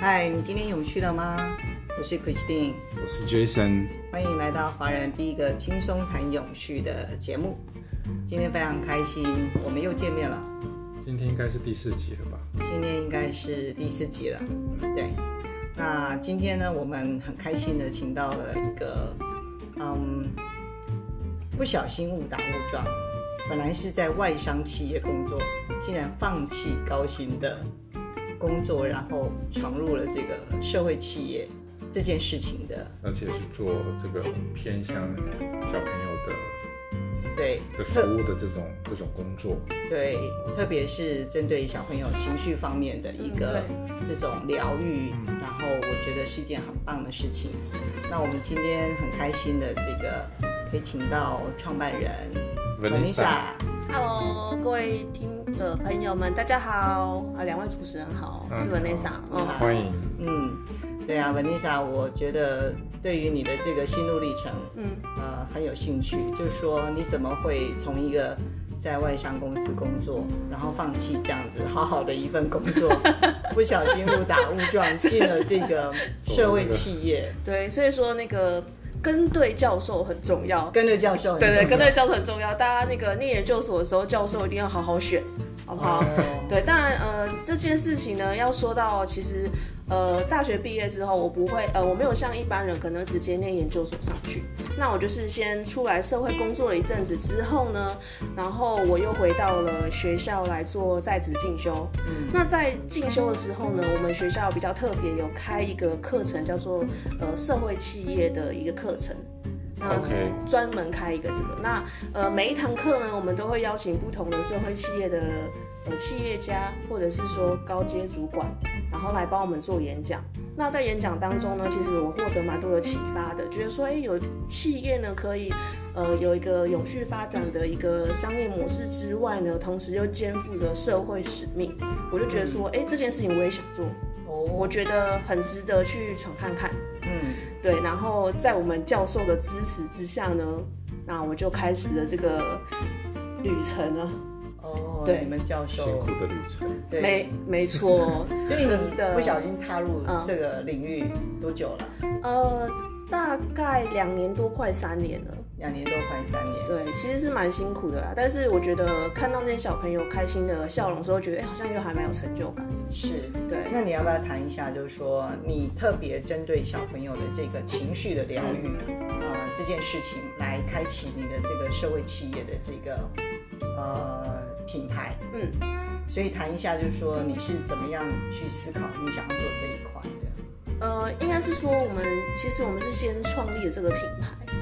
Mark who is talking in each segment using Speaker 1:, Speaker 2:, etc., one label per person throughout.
Speaker 1: 嗨，你今天有趣了吗？我是 Christine，
Speaker 2: 我是 Jason。
Speaker 1: 欢迎来到华人第一个轻松谈永续的节目。今天非常开心，我们又见面了。
Speaker 2: 今天应该是第四集了吧？
Speaker 1: 今天应该是第四集了，对。那今天呢，我们很开心的请到了一个，嗯，不小心误打误撞，本来是在外商企业工作，竟然放弃高薪的工作，然后闯入了这个社会企业这件事情的，
Speaker 2: 而且是做这个偏向小朋友的
Speaker 1: 对，
Speaker 2: 的服
Speaker 1: 特
Speaker 2: 务的这种这种工作。
Speaker 1: 对，特别是针对小朋友情绪方面的一个这种疗愈，然后我觉得是一件很棒的事情。那我们今天很开心的这个可以请到创办人
Speaker 2: Vanessa
Speaker 3: Hello，各位听的朋友们，大家好啊！两位主持人好，我是
Speaker 2: 嗯
Speaker 3: Vanessa。
Speaker 1: 好
Speaker 3: 嗯，
Speaker 2: 欢迎，
Speaker 1: 嗯，对啊，Vanessa，我觉得对于你的这个心路历程，
Speaker 3: 嗯，
Speaker 1: 呃，很有兴趣。就是说，你怎么会从一个在外商公司工作，然后放弃这样子好好的一份工 作，不小心误打误撞进了这个社会企业，
Speaker 3: 对，所以说那个跟对教授很重要。
Speaker 1: 跟着教授很重
Speaker 3: 对
Speaker 1: 要，
Speaker 3: 对，跟对教授很重要。大家那个念研究所的时候，教授一定要好好选，好不好？
Speaker 1: 哦
Speaker 3: 对，当然，呃，这件事情呢，要说到其实，呃，大学毕业之后，我不会，呃，我没有像一般人可能直接念研究所上去，那我就是先出来社会工作了一阵子之后呢，然后我又回到了学校来做在职进修。嗯，那在进修的时候呢，我们学校比较特别，有开一个课程叫做呃社会企业的一个课程。那
Speaker 2: OK
Speaker 3: 专门开一个这个，那呃每一堂课呢，我们都会邀请不同的社会企业的呃企业家或者是说高阶主管，然后来帮我们做演讲。那在演讲当中呢，其实我获得蛮多的启发的，觉得说，哎，有企业呢可以，呃，有一个永续发展的一个商业模式之外呢，同时又肩负着社会使命，我就觉得说，哎，这件事情我也想做，我
Speaker 1: 哦，
Speaker 3: 觉得很值得去闯看看。
Speaker 1: 嗯，
Speaker 3: 对，然后在我们教授的支持之下呢，那我就开始了这个旅程了。
Speaker 1: 哦，
Speaker 3: 对
Speaker 1: 你们教
Speaker 2: 辛
Speaker 1: 授
Speaker 2: 苦，的旅程。
Speaker 1: 对，
Speaker 3: 没没错，哦
Speaker 1: 所以你
Speaker 3: 真的
Speaker 1: 不小心踏入
Speaker 3: 嗯
Speaker 1: 这个领域多久了？
Speaker 3: 呃，大概两年多，快三年了。
Speaker 1: 两年多，快三年。
Speaker 3: 对，其实是蛮辛苦的啦，但是我觉得看到那些小朋友开心的笑容的时候，觉得哎、好像又还蛮有成就感的。
Speaker 1: 是，
Speaker 3: 对
Speaker 1: 那你要不要谈一下，就是说你特别针对小朋友的这个情绪的疗愈，呃，这件事情来开启你的这个社会企业的这个呃品牌，
Speaker 3: 嗯，
Speaker 1: 所以谈一下，就是说你是怎么样去思考你想要做这一块的，
Speaker 3: 呃，应该是说我们其实我们是先创立了这个品牌。
Speaker 1: 嗯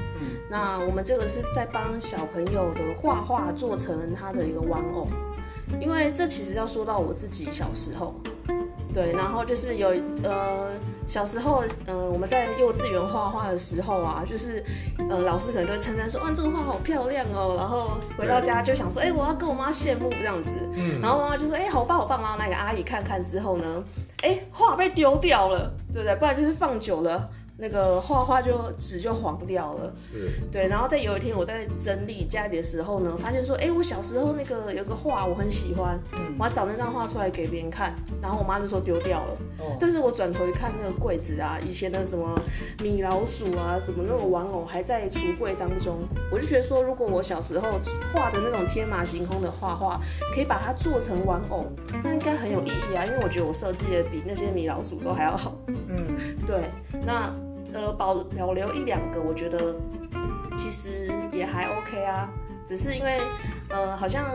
Speaker 3: 那我们这个是在帮小朋友的画画做成他的一个玩偶，因为这其实要说到我自己小时候，对，然后就是有一呃小时候，呃我们在幼稚园画画的时候啊，就是呃老师可能都会称赞说，哇这个画好漂亮哦，然后回到家就想说，哎、我要跟我妈羡慕这样子，然后妈妈就说，哎、好棒好棒，然后那个阿姨看看之后呢，哎、画被丢掉了，对不对？不然就是放久了。那个画画就纸就黄掉了，
Speaker 2: 是，
Speaker 3: 对，然后在有一天我在整理家里的时候呢，发现说，哎，我小时候那个有个画我很喜欢，我要找那张画出来给别人看，然后我妈就说丢掉了。
Speaker 1: 哦
Speaker 3: 但是我转头一看那个柜子啊，以前的什么米老鼠啊，什么那种玩偶还在橱柜当中，我就觉得说，如果我小时候画的那种天马行空的画画，可以把它做成玩偶，那应该很有意义啊，因为我觉得我设计的比那些米老鼠都还要好。
Speaker 1: 嗯，
Speaker 3: 对，那呃保保留一两个，我觉得其实也还 OK 啊，只是因为呃好像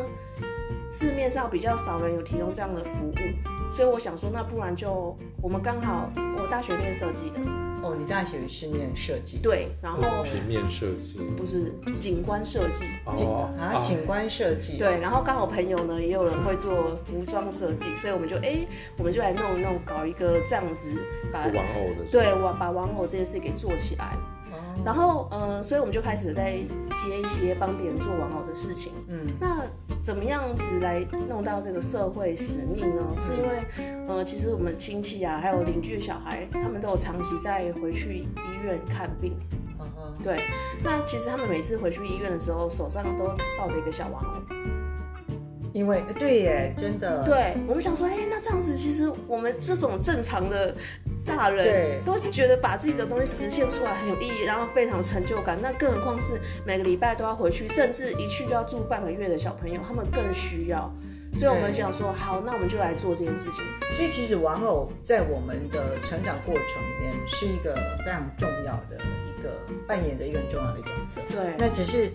Speaker 3: 市面上比较少人有提供这样的服务，所以我想说，那不然就我们刚好我大学念设计的，
Speaker 1: 哦，你大学是念设计，
Speaker 3: 对，然后
Speaker 2: 平面设计。
Speaker 3: 不是景观设计。
Speaker 1: 景
Speaker 4: 哦
Speaker 1: 啊，景观设计，，
Speaker 3: 对，然后刚好朋友呢也有人会做服装设计，所以我们就哎、我们就来弄一弄，搞一个这样子，把
Speaker 2: 啊玩偶的。
Speaker 3: 对我把玩偶这件事给做起来。然后，呃，所以我们就开始在接一些帮别人做玩偶的事情。
Speaker 1: 嗯，
Speaker 3: 那怎么样子来弄到这个社会使命呢？是因为，呃，其实我们亲戚啊，还有邻居的小孩，他们都有长期在回去医院看病。
Speaker 1: 嗯哼，
Speaker 3: 对，那其实他们每次回去医院的时候，手上都抱着一个小玩偶。
Speaker 1: 因为呃对耶，真的，
Speaker 3: 对，我们想说，哎、那这样子，其实我们这种正常的大人
Speaker 1: 对
Speaker 3: 都觉得把自己的东西实现出来很有意义，然后非常有成就感。那更何况是每个礼拜都要回去，甚至一去就要住半个月的小朋友，他们更需要。所以我们
Speaker 1: 对
Speaker 3: 想说，好，那我们就来做这件事情。
Speaker 1: 所以其实玩偶在我们的成长过程里面是一个非常重要的一个扮演着一个很重要的角色。
Speaker 3: 对，
Speaker 1: 那只是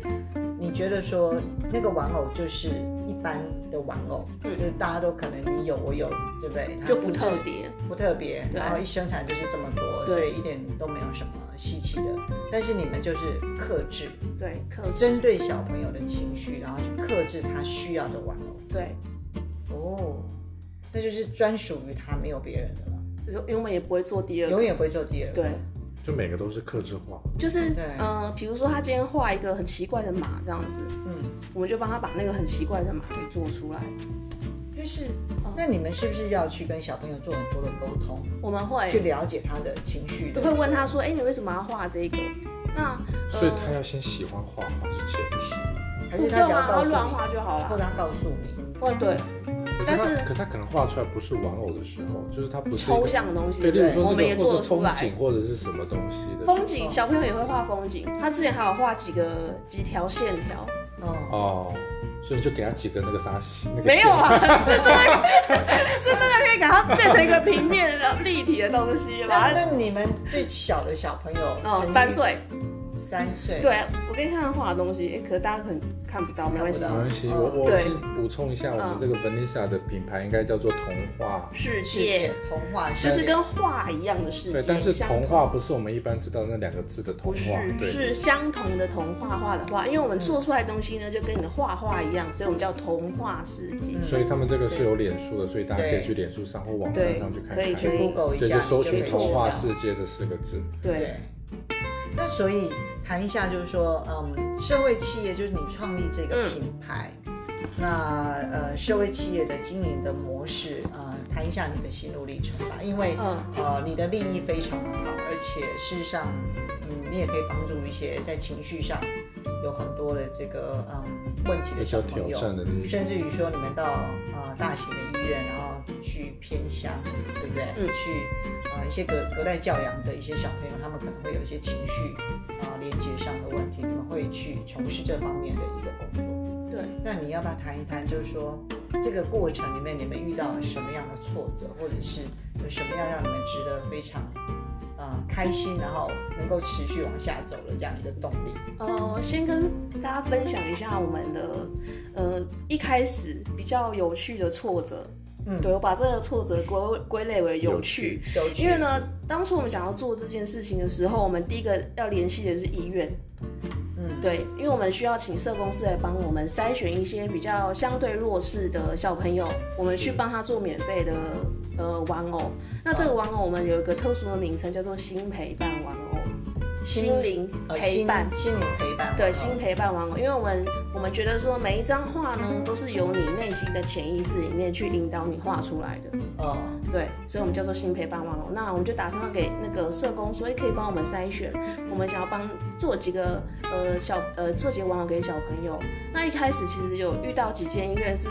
Speaker 1: 你觉得说那个玩偶就是一般的玩偶，就是大家都可能你有我有，对不对？它
Speaker 3: 嗯就不
Speaker 1: 复制
Speaker 3: 特别。
Speaker 1: 不特别，
Speaker 3: 对
Speaker 1: 然后一生产就是这么多，
Speaker 3: 对
Speaker 1: 所以一点都没有什么稀奇的。但是你们就是克制，
Speaker 3: 对，克制。
Speaker 1: 针对小朋友的情绪，然后去克制他需要的玩偶。
Speaker 3: 对，
Speaker 1: 哦，那就是专属于他，没有别人的了。
Speaker 3: 就是因为我们也不会做第二
Speaker 1: 永
Speaker 3: 个。
Speaker 1: 远不会做第二个。
Speaker 3: 对，
Speaker 2: 就每个都是克制化，
Speaker 3: 就是
Speaker 1: 对
Speaker 3: 呃，比如说他今天画一个很奇怪的马这样子，
Speaker 1: 嗯，
Speaker 3: 我们就帮他把那个很奇怪的马给做出来。
Speaker 1: 但是、那你们是不是要去跟小朋友做很多的沟通，
Speaker 3: 我们会
Speaker 1: 去了解他的情绪
Speaker 3: 就
Speaker 1: 的？
Speaker 3: 会问他说：“哎、你为什么要画这个？”那呃
Speaker 2: 所以他要先喜欢画画是前提。
Speaker 1: 还
Speaker 3: 不
Speaker 1: 是
Speaker 3: 用
Speaker 1: 他只要
Speaker 3: 啊，
Speaker 1: 告
Speaker 3: 他
Speaker 1: 诉
Speaker 3: 乱
Speaker 1: 你，
Speaker 3: 画就好
Speaker 1: 或
Speaker 3: 了。
Speaker 1: 者他告诉你，
Speaker 3: 哦，对，但
Speaker 2: 可
Speaker 3: 是
Speaker 2: 是他可他可能画出来不是玩偶的时候，就是他不是一个
Speaker 3: 抽象的东西，
Speaker 2: 对，例如
Speaker 3: 对不
Speaker 2: 说
Speaker 3: 对？我
Speaker 2: 这
Speaker 3: 们也
Speaker 2: 个
Speaker 3: 做
Speaker 2: 或
Speaker 3: 得
Speaker 2: 者
Speaker 3: 出
Speaker 2: 风
Speaker 3: 来。嗯
Speaker 2: 景或者是什么东西的
Speaker 3: 风景，小朋友也会画风景。他之前还有画几个几条线条，
Speaker 1: 哦，
Speaker 2: 哦，所以你就给他几个那个沙那个
Speaker 3: 没有
Speaker 2: 线
Speaker 3: 啊， 是真的，是真的可以给它变成一个平面的立体的东西， 把
Speaker 1: 那
Speaker 3: 它
Speaker 1: 那你们最小的小朋友，
Speaker 3: 哦
Speaker 1: 曾经
Speaker 3: 三岁。
Speaker 1: 三岁，
Speaker 3: 对，啊我给你看他画的东西，哎可是大家可能看不到，没关系
Speaker 1: 看。
Speaker 2: 没
Speaker 1: 不到
Speaker 2: 关系，
Speaker 1: 嗯
Speaker 2: 我我
Speaker 3: 对
Speaker 2: 先补充一下，我
Speaker 3: 嗯
Speaker 2: 们这个 Vanessa 的品牌应该叫做童话，
Speaker 3: 世
Speaker 1: 世界
Speaker 3: 界
Speaker 1: 童话
Speaker 3: 就
Speaker 1: 世
Speaker 3: 是
Speaker 1: 界，
Speaker 3: 跟画一样的世界，
Speaker 2: 对，但是
Speaker 3: 相
Speaker 2: 童
Speaker 3: 同
Speaker 2: 话不是我们一般知道那两个字的童
Speaker 3: 不是
Speaker 2: 话，，对，
Speaker 3: 是相同的童话画的画，因为我们做出来的东西呢，就跟你的画画一样，所以我们叫童话世界。
Speaker 2: 所以他们这个是有脸书的，所以大家可以
Speaker 1: 对
Speaker 2: 去脸书上或网站上去看
Speaker 3: 可以
Speaker 2: 看，
Speaker 3: 去
Speaker 1: 去 Google 一
Speaker 2: 对，
Speaker 1: 下，
Speaker 2: 就
Speaker 1: 你
Speaker 2: 搜
Speaker 1: 就可
Speaker 2: 寻“
Speaker 1: 以知
Speaker 2: 童话
Speaker 1: 道
Speaker 2: 世界”这四个字。
Speaker 3: 对
Speaker 1: 对。那所以谈一下，就是说，嗯，社会企业就是你创立这
Speaker 3: 嗯
Speaker 1: 个品牌，那呃，社会企业的经营的模式，呃，谈一下你的心路历程吧，因为、
Speaker 3: 嗯
Speaker 1: 呃，你的利益非常的好，而且事实上，嗯，你也可以帮助一些在情绪上有很多的这个嗯问题的小朋
Speaker 2: 比
Speaker 1: 友
Speaker 2: 较挑战的那，种
Speaker 1: 甚至于说你们到呃大型的医院，然后去偏乡，对不对？
Speaker 3: 嗯
Speaker 1: 去呃一些隔隔代教养的一些小朋友，他们可能会有一些情绪啊、呃连接上的问题，你们会去从事这方面的一个工作。
Speaker 3: 对，
Speaker 1: 那你要不要谈一谈，就是说这个过程里面你们遇到了什么样的挫折，或者是有什么样让你们值得非常呃开心，然后能够持续往下走的这样一个动力？
Speaker 3: 呃，先跟大家分享一下我们的呃一开始比较有趣的挫折。嗯，对我把这个挫折归归类为有趣，
Speaker 1: 有趣
Speaker 3: 因为呢，当初我们想要做这件事情的时候，我们第一个要联系的是医院。嗯，对，因为我们需要请社工师来帮我们筛选一些比较相对弱势的小朋友，我们去帮他做免费的呃玩偶。那这个玩偶我们有一个特殊的名称，叫做新陪伴玩偶，心灵
Speaker 1: 呃
Speaker 3: 陪伴。
Speaker 1: 心心灵陪伴，
Speaker 3: 对，新哦陪伴玩偶，因为我们我们觉得说每一张画呢，都是由你内心的潜意识里面去引导你画出来的，
Speaker 1: 哦，
Speaker 3: 对，所以我们叫做新陪伴玩偶。那我们就打电话给那个社工说，哎，可以帮我们筛选，我们想要帮做几个呃小呃做几个玩偶给小朋友。那一开始其实有遇到几间医院是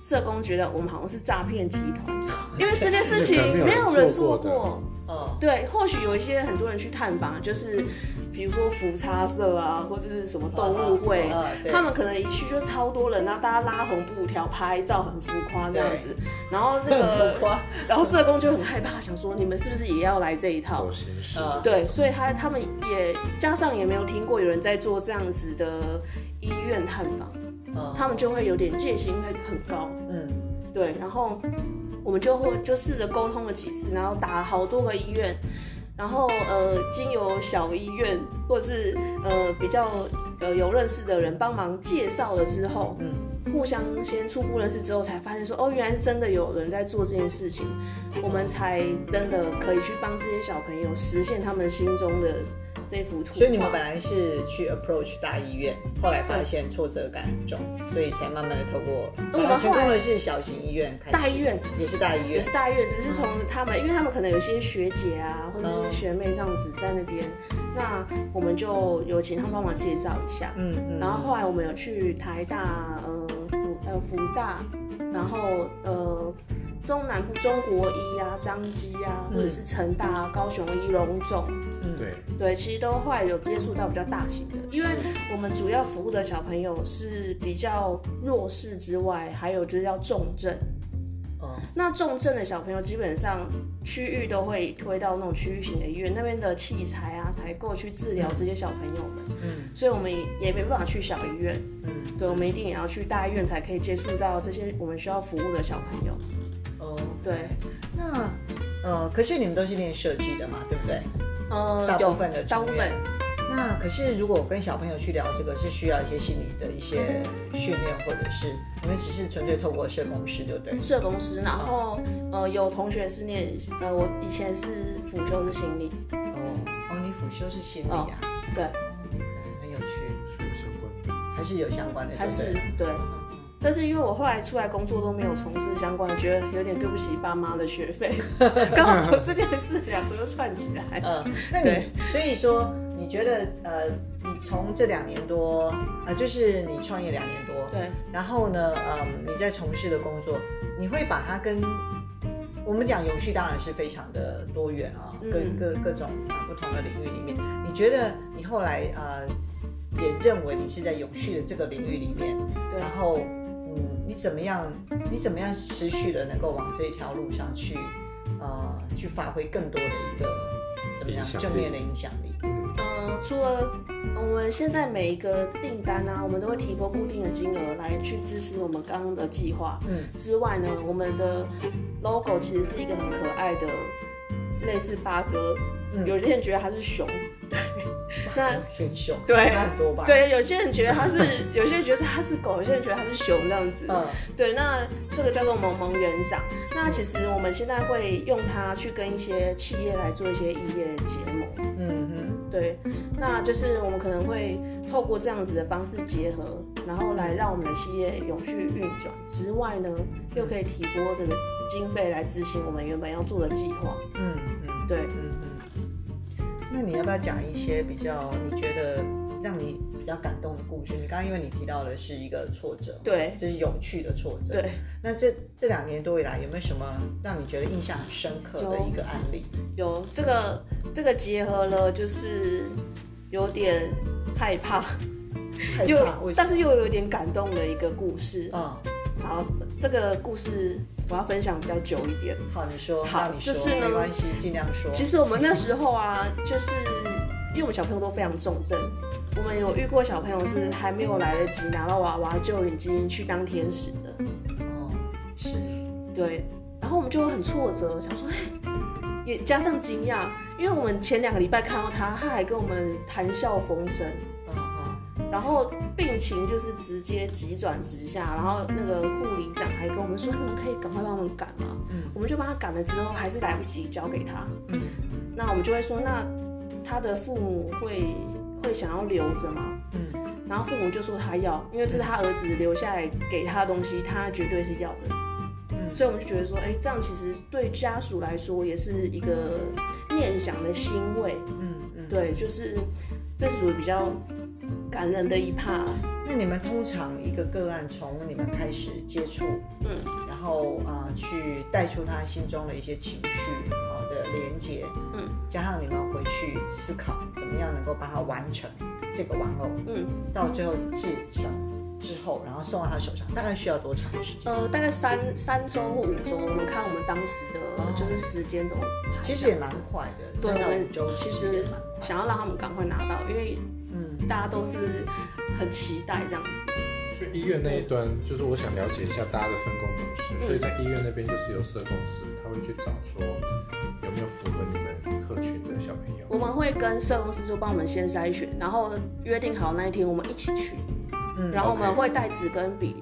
Speaker 3: 社工觉得我们好像是诈骗集团，因为这件事情
Speaker 2: 那个
Speaker 3: 没
Speaker 2: 没
Speaker 3: 有
Speaker 2: 有
Speaker 3: 人
Speaker 2: 人做
Speaker 3: 做
Speaker 2: 过的
Speaker 3: 过。
Speaker 1: 哦，
Speaker 3: 对，或许有一些很多人去探访，就是比如说福差社啊，或者是什么动物会，
Speaker 1: 啊啊啊对
Speaker 3: 他们可能一去就超多人，然后大家拉红布条拍照，很浮夸这样子。然后那
Speaker 1: 很
Speaker 3: 个
Speaker 1: 浮夸，
Speaker 3: 然后社工就很害怕，想说你们是不是也要来这一套
Speaker 2: 走？形式，
Speaker 1: 嗯
Speaker 3: 对，所以他他们也加上也没有听过有人在做这样子的医院探访，
Speaker 1: 嗯
Speaker 3: 他们就会有点戒心会很高。
Speaker 1: 嗯。
Speaker 3: 对，然后我们就会就试着沟通了几次，然后打了好多个医院，然后呃，经由小医院或是呃比较呃有认识的人帮忙介绍了之后，嗯，互相先初步认识之后，才发现说哦，原来是真的有人在做这件事情，我们才真的可以去帮这些小朋友实现他们心中的这幅图画。
Speaker 1: 所以你们本来是去 approach 大医院，后来发现挫折感很重，所以才慢慢的透过。
Speaker 3: 那我们后来
Speaker 1: 本来成功的是小型医院开始，
Speaker 3: 大医院
Speaker 1: 也是大医
Speaker 3: 也
Speaker 1: 院
Speaker 3: 是，大医院，只是从他们，因为他们可能有些学姐啊，或者是学妹这样子在那边，那我们就有请他们帮忙介绍一下。
Speaker 1: 嗯嗯，
Speaker 3: 然后后来我们有去台大呃辅呃还有福大，然后呃中南部中国医啊、张基啊，或者是成大、啊、高雄医、龙总，
Speaker 1: 嗯
Speaker 2: 对，
Speaker 3: 对，其实都后来有接触到比较大型的，因为我们主要服务的小朋友是比较弱势之外，还有就是要重症。
Speaker 1: 哦，
Speaker 3: 那重症的小朋友基本上区域都会推到那种区域型的医院，那边的器材啊才够去治疗这些小朋友们。
Speaker 1: 嗯，
Speaker 3: 所以我们也也没办法去小医院，
Speaker 1: 嗯，
Speaker 3: 对，我们一定也要去大医院才可以接触到这些我们需要服务的小朋友。
Speaker 1: 哦，
Speaker 3: 对，
Speaker 1: 那呃，可是你们都是练设计的嘛，对不对？
Speaker 3: 呃，
Speaker 1: 嗯大部
Speaker 3: 有
Speaker 1: 分的
Speaker 3: 大部
Speaker 1: 成
Speaker 3: 分
Speaker 1: 员那可是如果我跟小朋友去聊这个，是需要一些心理的一些训练，或者是你们只是纯粹透过社工师，对不对？
Speaker 3: 社工师，然后呃有同学是念呃我以前是辅修是心理，
Speaker 1: 哦，哦，你辅修是心理啊，
Speaker 3: 哦对，
Speaker 1: OK，很有趣，
Speaker 2: 是有相关的。
Speaker 1: 还是有相关的，
Speaker 3: 还是
Speaker 1: 对不对
Speaker 3: 对。但是因为我后来出来工作都没有从事相关的，觉得有点对不起爸妈的 学费，刚好这件事两个都串起来。
Speaker 1: 嗯， 那你
Speaker 3: 对
Speaker 1: 所以说，你觉得呃，你从这两年多，呃，就是你创业两年多，
Speaker 3: 对，
Speaker 1: 然后呢，嗯，你在从事的工作，你会把它跟我们讲永续当然是非常的多元啊、
Speaker 3: 嗯
Speaker 1: 各各各种啊不同的领域里面，你觉得你后来呃也认为你是在永续的这个领域里面，
Speaker 3: 对
Speaker 1: 然后嗯，你怎么样？你怎么样持续的能够往这一条路上去呃去发挥更多的一个怎么样
Speaker 2: 影响力
Speaker 1: 正面的影响力？
Speaker 3: 呃，除了我们现在每一个订单啊，我们都会提供固定的金额来去支持我们刚刚的计划。
Speaker 1: 嗯，
Speaker 3: 之外呢，我们的 logo 其实是一个很可爱的，类似八哥，
Speaker 1: 嗯
Speaker 3: 有些人觉得它 是熊，那
Speaker 1: 很凶，
Speaker 3: 对
Speaker 1: 那很多吧，，
Speaker 3: 对，有些人觉得它是，有些人觉得它是狗，有些人觉得它是熊这样子。
Speaker 1: 嗯
Speaker 3: 对，那这个叫做萌萌园长。那其实我们现在会用它去跟一些企业来做一些异业结盟。
Speaker 1: 嗯哼，
Speaker 3: 对，那就是我们可能会透过这样子的方式结合，然后来让我们的企业永续运转之外呢，又可以提拨这个经费来执行我们原本要做的计划。
Speaker 1: 嗯嗯。
Speaker 3: 对，
Speaker 1: 嗯嗯，那你要不要讲一些比较你觉得让你比较感动的故事？你刚刚因为你提到的是一个挫折，
Speaker 3: 对，
Speaker 1: 就是有趣的挫折。
Speaker 3: 对，
Speaker 1: 那这这两年多以来，有没有什么让你觉得印象很深刻的一个案例？
Speaker 3: 有这个这个结合了，就是有点害怕，
Speaker 1: 害
Speaker 3: 又
Speaker 1: 怕，为什
Speaker 3: 但
Speaker 1: 么？
Speaker 3: 是又有点感动的一个故事。
Speaker 1: 嗯，
Speaker 3: 好，这个故事我要分享比较久一点。
Speaker 1: 好，你说，
Speaker 3: 好
Speaker 1: 那你说，
Speaker 3: 就是呢
Speaker 1: 没关系，尽量说。
Speaker 3: 其实我们那时候啊，就是因为我们小朋友都非常重症，我们有遇过小朋友是还没有来得及拿到娃娃就已经去当天使的，
Speaker 1: 哦，是，
Speaker 3: 嗯对，然后我们就很挫折，想说，哎，也加上惊讶，因为我们前两个礼拜看到他，他还跟我们谈笑风生，
Speaker 1: 嗯嗯，
Speaker 3: 然后病情就是直接急转直下，然后那个护理长还跟我们说，你们可以赶快帮我们赶嘛，
Speaker 1: 嗯
Speaker 3: 我们就帮他赶了之后，还是来不及交给他，
Speaker 1: 嗯
Speaker 3: 那我们就会说，那他的父母会会想要留着吗？
Speaker 1: 嗯
Speaker 3: 然后父母就说他要，因为这是他儿子留下来给他的东西，他绝对是要的。
Speaker 1: 嗯
Speaker 3: 所以我们就觉得说，哎、这样其实对家属来说也是一个念想的欣慰。
Speaker 1: 嗯嗯。
Speaker 3: 对，就是这是属于比较感人的一趴。
Speaker 1: 那你们通常一个个案从你们开始接触，
Speaker 3: 嗯，
Speaker 1: 然后啊、呃去带出他心中的一些情绪，好、的连接，
Speaker 3: 嗯，
Speaker 1: 加上你们回去思考怎么样能够把它完成这个玩偶，
Speaker 3: 嗯，
Speaker 1: 到最后制成之后，然后送到他手上，大概需要多长的时间？
Speaker 3: 呃，大概三三周或五周，我们看我们当时的就是时间怎么排
Speaker 1: 哦其实也
Speaker 3: 这样
Speaker 1: 蛮
Speaker 3: 子
Speaker 1: 快的，
Speaker 3: 对，
Speaker 1: 三到
Speaker 3: 我
Speaker 1: 五
Speaker 3: 们
Speaker 1: 周
Speaker 3: 其
Speaker 1: 也
Speaker 3: 实
Speaker 1: 蛮快
Speaker 3: 想要让他们赶快拿到，因为
Speaker 1: 嗯
Speaker 3: 大家都是很期待这样子。
Speaker 2: 所以医院那一端，就是我想了解一下大家的分工模
Speaker 3: 嗯
Speaker 2: 式。所以在医院那边，就是有社工师，他会去找说有没有符合你们客群的小朋友。
Speaker 3: 我们会跟社工师就帮我们先筛选，然后约定好那一天我们一起去，
Speaker 1: 嗯
Speaker 3: 然后我
Speaker 2: OK
Speaker 3: 们会带纸跟笔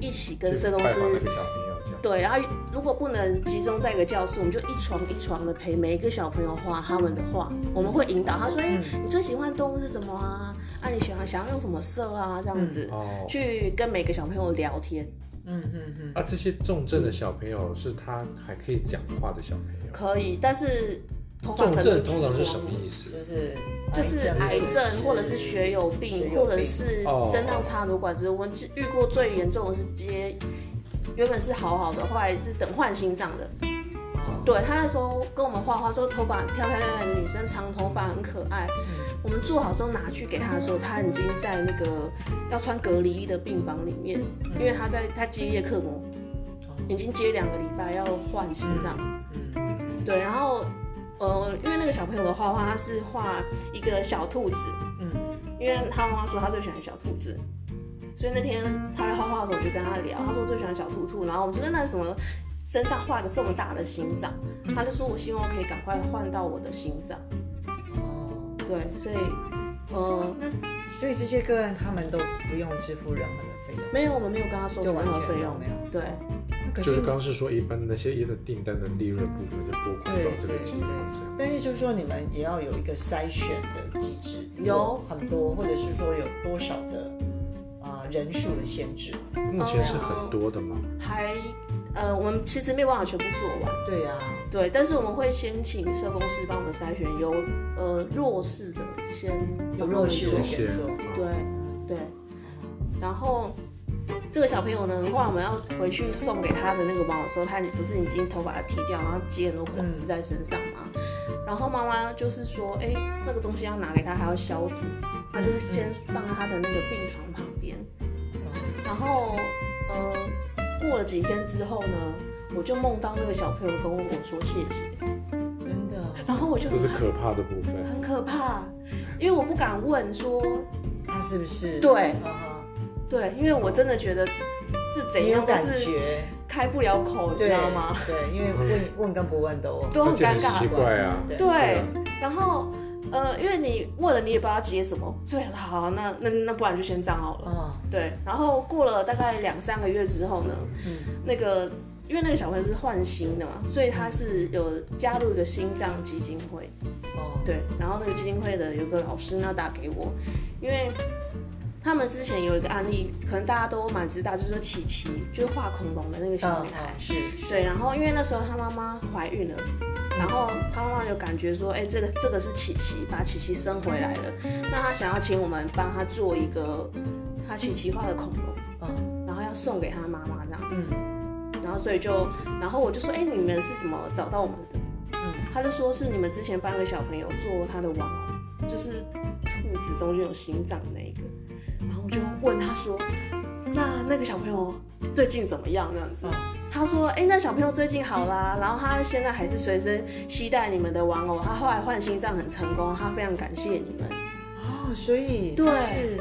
Speaker 3: 一起跟社工
Speaker 2: 去拜访那
Speaker 3: 师。
Speaker 2: 个小朋友这样。
Speaker 3: 对，然后如果不能集中在一个教室，我们就一床一床的陪每一个小朋友画他们的画，我们会引导他说：“哎、
Speaker 2: 嗯
Speaker 3: 你最喜欢动物是什么啊？啊，你喜欢想要用什么色啊？”这样子、
Speaker 2: 哦，
Speaker 3: 去跟每个小朋友聊天。
Speaker 1: 嗯嗯嗯，
Speaker 2: 啊，这些重症的小朋友是他还可以讲话的小朋友，
Speaker 3: 可以，但是头发
Speaker 2: 重
Speaker 3: 可
Speaker 2: 症
Speaker 3: 能
Speaker 2: 通常
Speaker 3: 植
Speaker 2: 是
Speaker 3: 光
Speaker 2: 什么哎
Speaker 3: 物
Speaker 2: 意思？
Speaker 1: 就是
Speaker 3: 就是癌症，或者是血友病，
Speaker 1: 血友
Speaker 3: 或者是
Speaker 2: 哦
Speaker 3: 身上插乳管植入。我们遇过最严重的是接，原本是好好的，后来是等换心脏的。对他那时候跟我们画画说，头发很漂漂亮亮的女生，长头发很可爱。我们做好之后拿去给他的时候，他已经在那个要穿隔离衣的病房里面，因为他在他接叶克膜，已经接两个礼拜要换心脏。对，然后呃，因为那个小朋友的画画，他是画一个小兔子，嗯，因为他妈妈说他最喜欢小兔子。所以那天他在画画的时候，我就跟他聊，他说我最喜欢小兔兔，然后我们就在那什么身上画个这么大的心脏，他就说我希望可以赶快换到我的心脏。对，所以，呃，那
Speaker 1: 哦所以这些个案他们都不用支付任何的费用，
Speaker 3: 没有，我们没有跟他收取
Speaker 1: 就
Speaker 3: 任
Speaker 1: 完
Speaker 3: 何
Speaker 1: 全
Speaker 3: 费用
Speaker 1: 没。有。
Speaker 3: 对，
Speaker 1: 可
Speaker 2: 就是
Speaker 1: 是，
Speaker 2: 刚刚是说，一般那些业的订单的利润部分就拨款到这个机构这样。
Speaker 1: 但是就是说你们也要有一个筛选的机制，
Speaker 3: 有
Speaker 1: 很多，或者是说有多少的啊、呃人数的限制。
Speaker 2: 目前是
Speaker 1: 哦
Speaker 2: 很多的嘛，
Speaker 3: 还，呃，我们其实没有办法全部做完，
Speaker 1: 对啊呀、
Speaker 3: 对，但是我们会先请社工师帮我们筛选，由呃弱势的先
Speaker 1: 有
Speaker 3: 帮
Speaker 1: 弱
Speaker 3: 我们
Speaker 1: 势
Speaker 3: 做
Speaker 1: 的
Speaker 2: 这
Speaker 1: 先
Speaker 2: 些
Speaker 1: 做
Speaker 3: 对对，然后这个小朋友呢，后来我们要回去送给他的那个网的时候，他不是已经头发剃掉，然后接很多管子在身上嘛。然后妈妈就是说，哎、那个东西要拿给他，还要消毒，那就是先放在他的那个病床旁边。然后，呃，过了几天之后呢，我就梦到那个小朋友跟我说谢谢，
Speaker 1: 真的哦，
Speaker 3: 然后我就
Speaker 2: 这是可怕的部分。
Speaker 3: 很可怕，因为我不敢问说，
Speaker 1: 他是不是？
Speaker 3: 对
Speaker 1: 啊哈，
Speaker 3: 对，因为我真的觉得是怎
Speaker 1: 没有
Speaker 3: 样都
Speaker 1: 感
Speaker 3: 是
Speaker 1: 觉，
Speaker 3: 开不了口，你知
Speaker 1: 对
Speaker 3: 道吗？？
Speaker 1: 对，因为问问跟不问都啊
Speaker 3: 都
Speaker 2: 而
Speaker 3: 很
Speaker 2: 且
Speaker 3: 尴
Speaker 2: 很奇
Speaker 3: 尬。
Speaker 2: 怪啊，
Speaker 1: 对
Speaker 3: 对
Speaker 2: 啊，
Speaker 3: 然后呃，因为你问了，你也不知道接什么，所以我说好、啊，那那那不然就先这样好了。
Speaker 1: 啊，
Speaker 3: 对，然后过了大概两三个月之后呢，
Speaker 2: 嗯
Speaker 3: 那个因为那个小朋友是换心的嘛，所以他是有加入一个心脏基金会。
Speaker 1: 哦，
Speaker 3: 对，然后那个基金会的有个老师呢打给我，因为他们之前有一个案例，可能大家都蛮知道，就是琪琪，就是画恐龙的那个小
Speaker 1: 嗯
Speaker 3: 女孩。
Speaker 1: 嗯是，是
Speaker 3: 对，然后因为那时候她妈妈怀孕了，然后她妈妈有感觉说，哎、这个这个是琪琪，把琪琪生回来了，那她想要请我们帮她做一个她琪琪画的恐龙，
Speaker 1: 嗯
Speaker 3: 然后要送给她妈妈这样，
Speaker 1: 嗯
Speaker 3: 然后所以就，然后我就说，哎、你们是怎么找到我们的？
Speaker 1: 嗯，
Speaker 3: 她就说是你们之前帮一个小朋友做他的玩偶，就是兔子中间有心脏那一个，然后我就问她说，那那个小朋友最近怎么样？这样子。
Speaker 1: 嗯
Speaker 3: 他说：“哎、那小朋友最近好啦，然后他现在还是随身携带你们的玩偶，他后来换心脏很成功，他非常感谢你们，
Speaker 1: 哦，所以
Speaker 3: 对
Speaker 1: 它是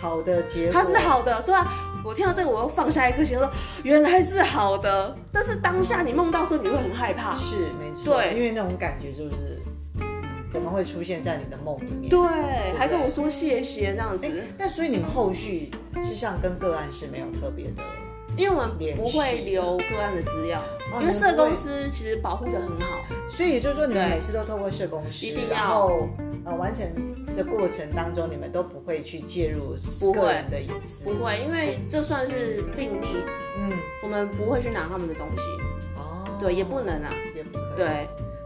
Speaker 1: 好的结果，
Speaker 3: 他是好的。”虽然我听到这个，我又放下一颗心，说原来是好的。但是当下你梦到的时候，你会很害怕。
Speaker 1: 是没错，
Speaker 3: 对
Speaker 1: 因为那种感觉就是，嗯怎么会出现在你的梦里面？
Speaker 3: 对，还跟我说谢谢这样
Speaker 1: 哎
Speaker 3: 子，
Speaker 1: 那所以你们后续事实上跟个案是没有特别的，
Speaker 3: 因为我们不会留个案的资料，
Speaker 1: 哦
Speaker 3: 因为社公司其实保护的很好。
Speaker 1: 所以也就是说你们
Speaker 3: 对
Speaker 1: 每次都透过社工师，
Speaker 3: 一定要
Speaker 1: 然后呃完成的过程当中，你们都不会去介入
Speaker 3: 不会
Speaker 1: 个人的隐私，
Speaker 3: 不会，因为这算是病例，
Speaker 1: 嗯，
Speaker 3: 我们不会去拿他们的东西，
Speaker 1: 哦，
Speaker 3: 对，也不能啊，
Speaker 1: 也不可以。
Speaker 3: 对。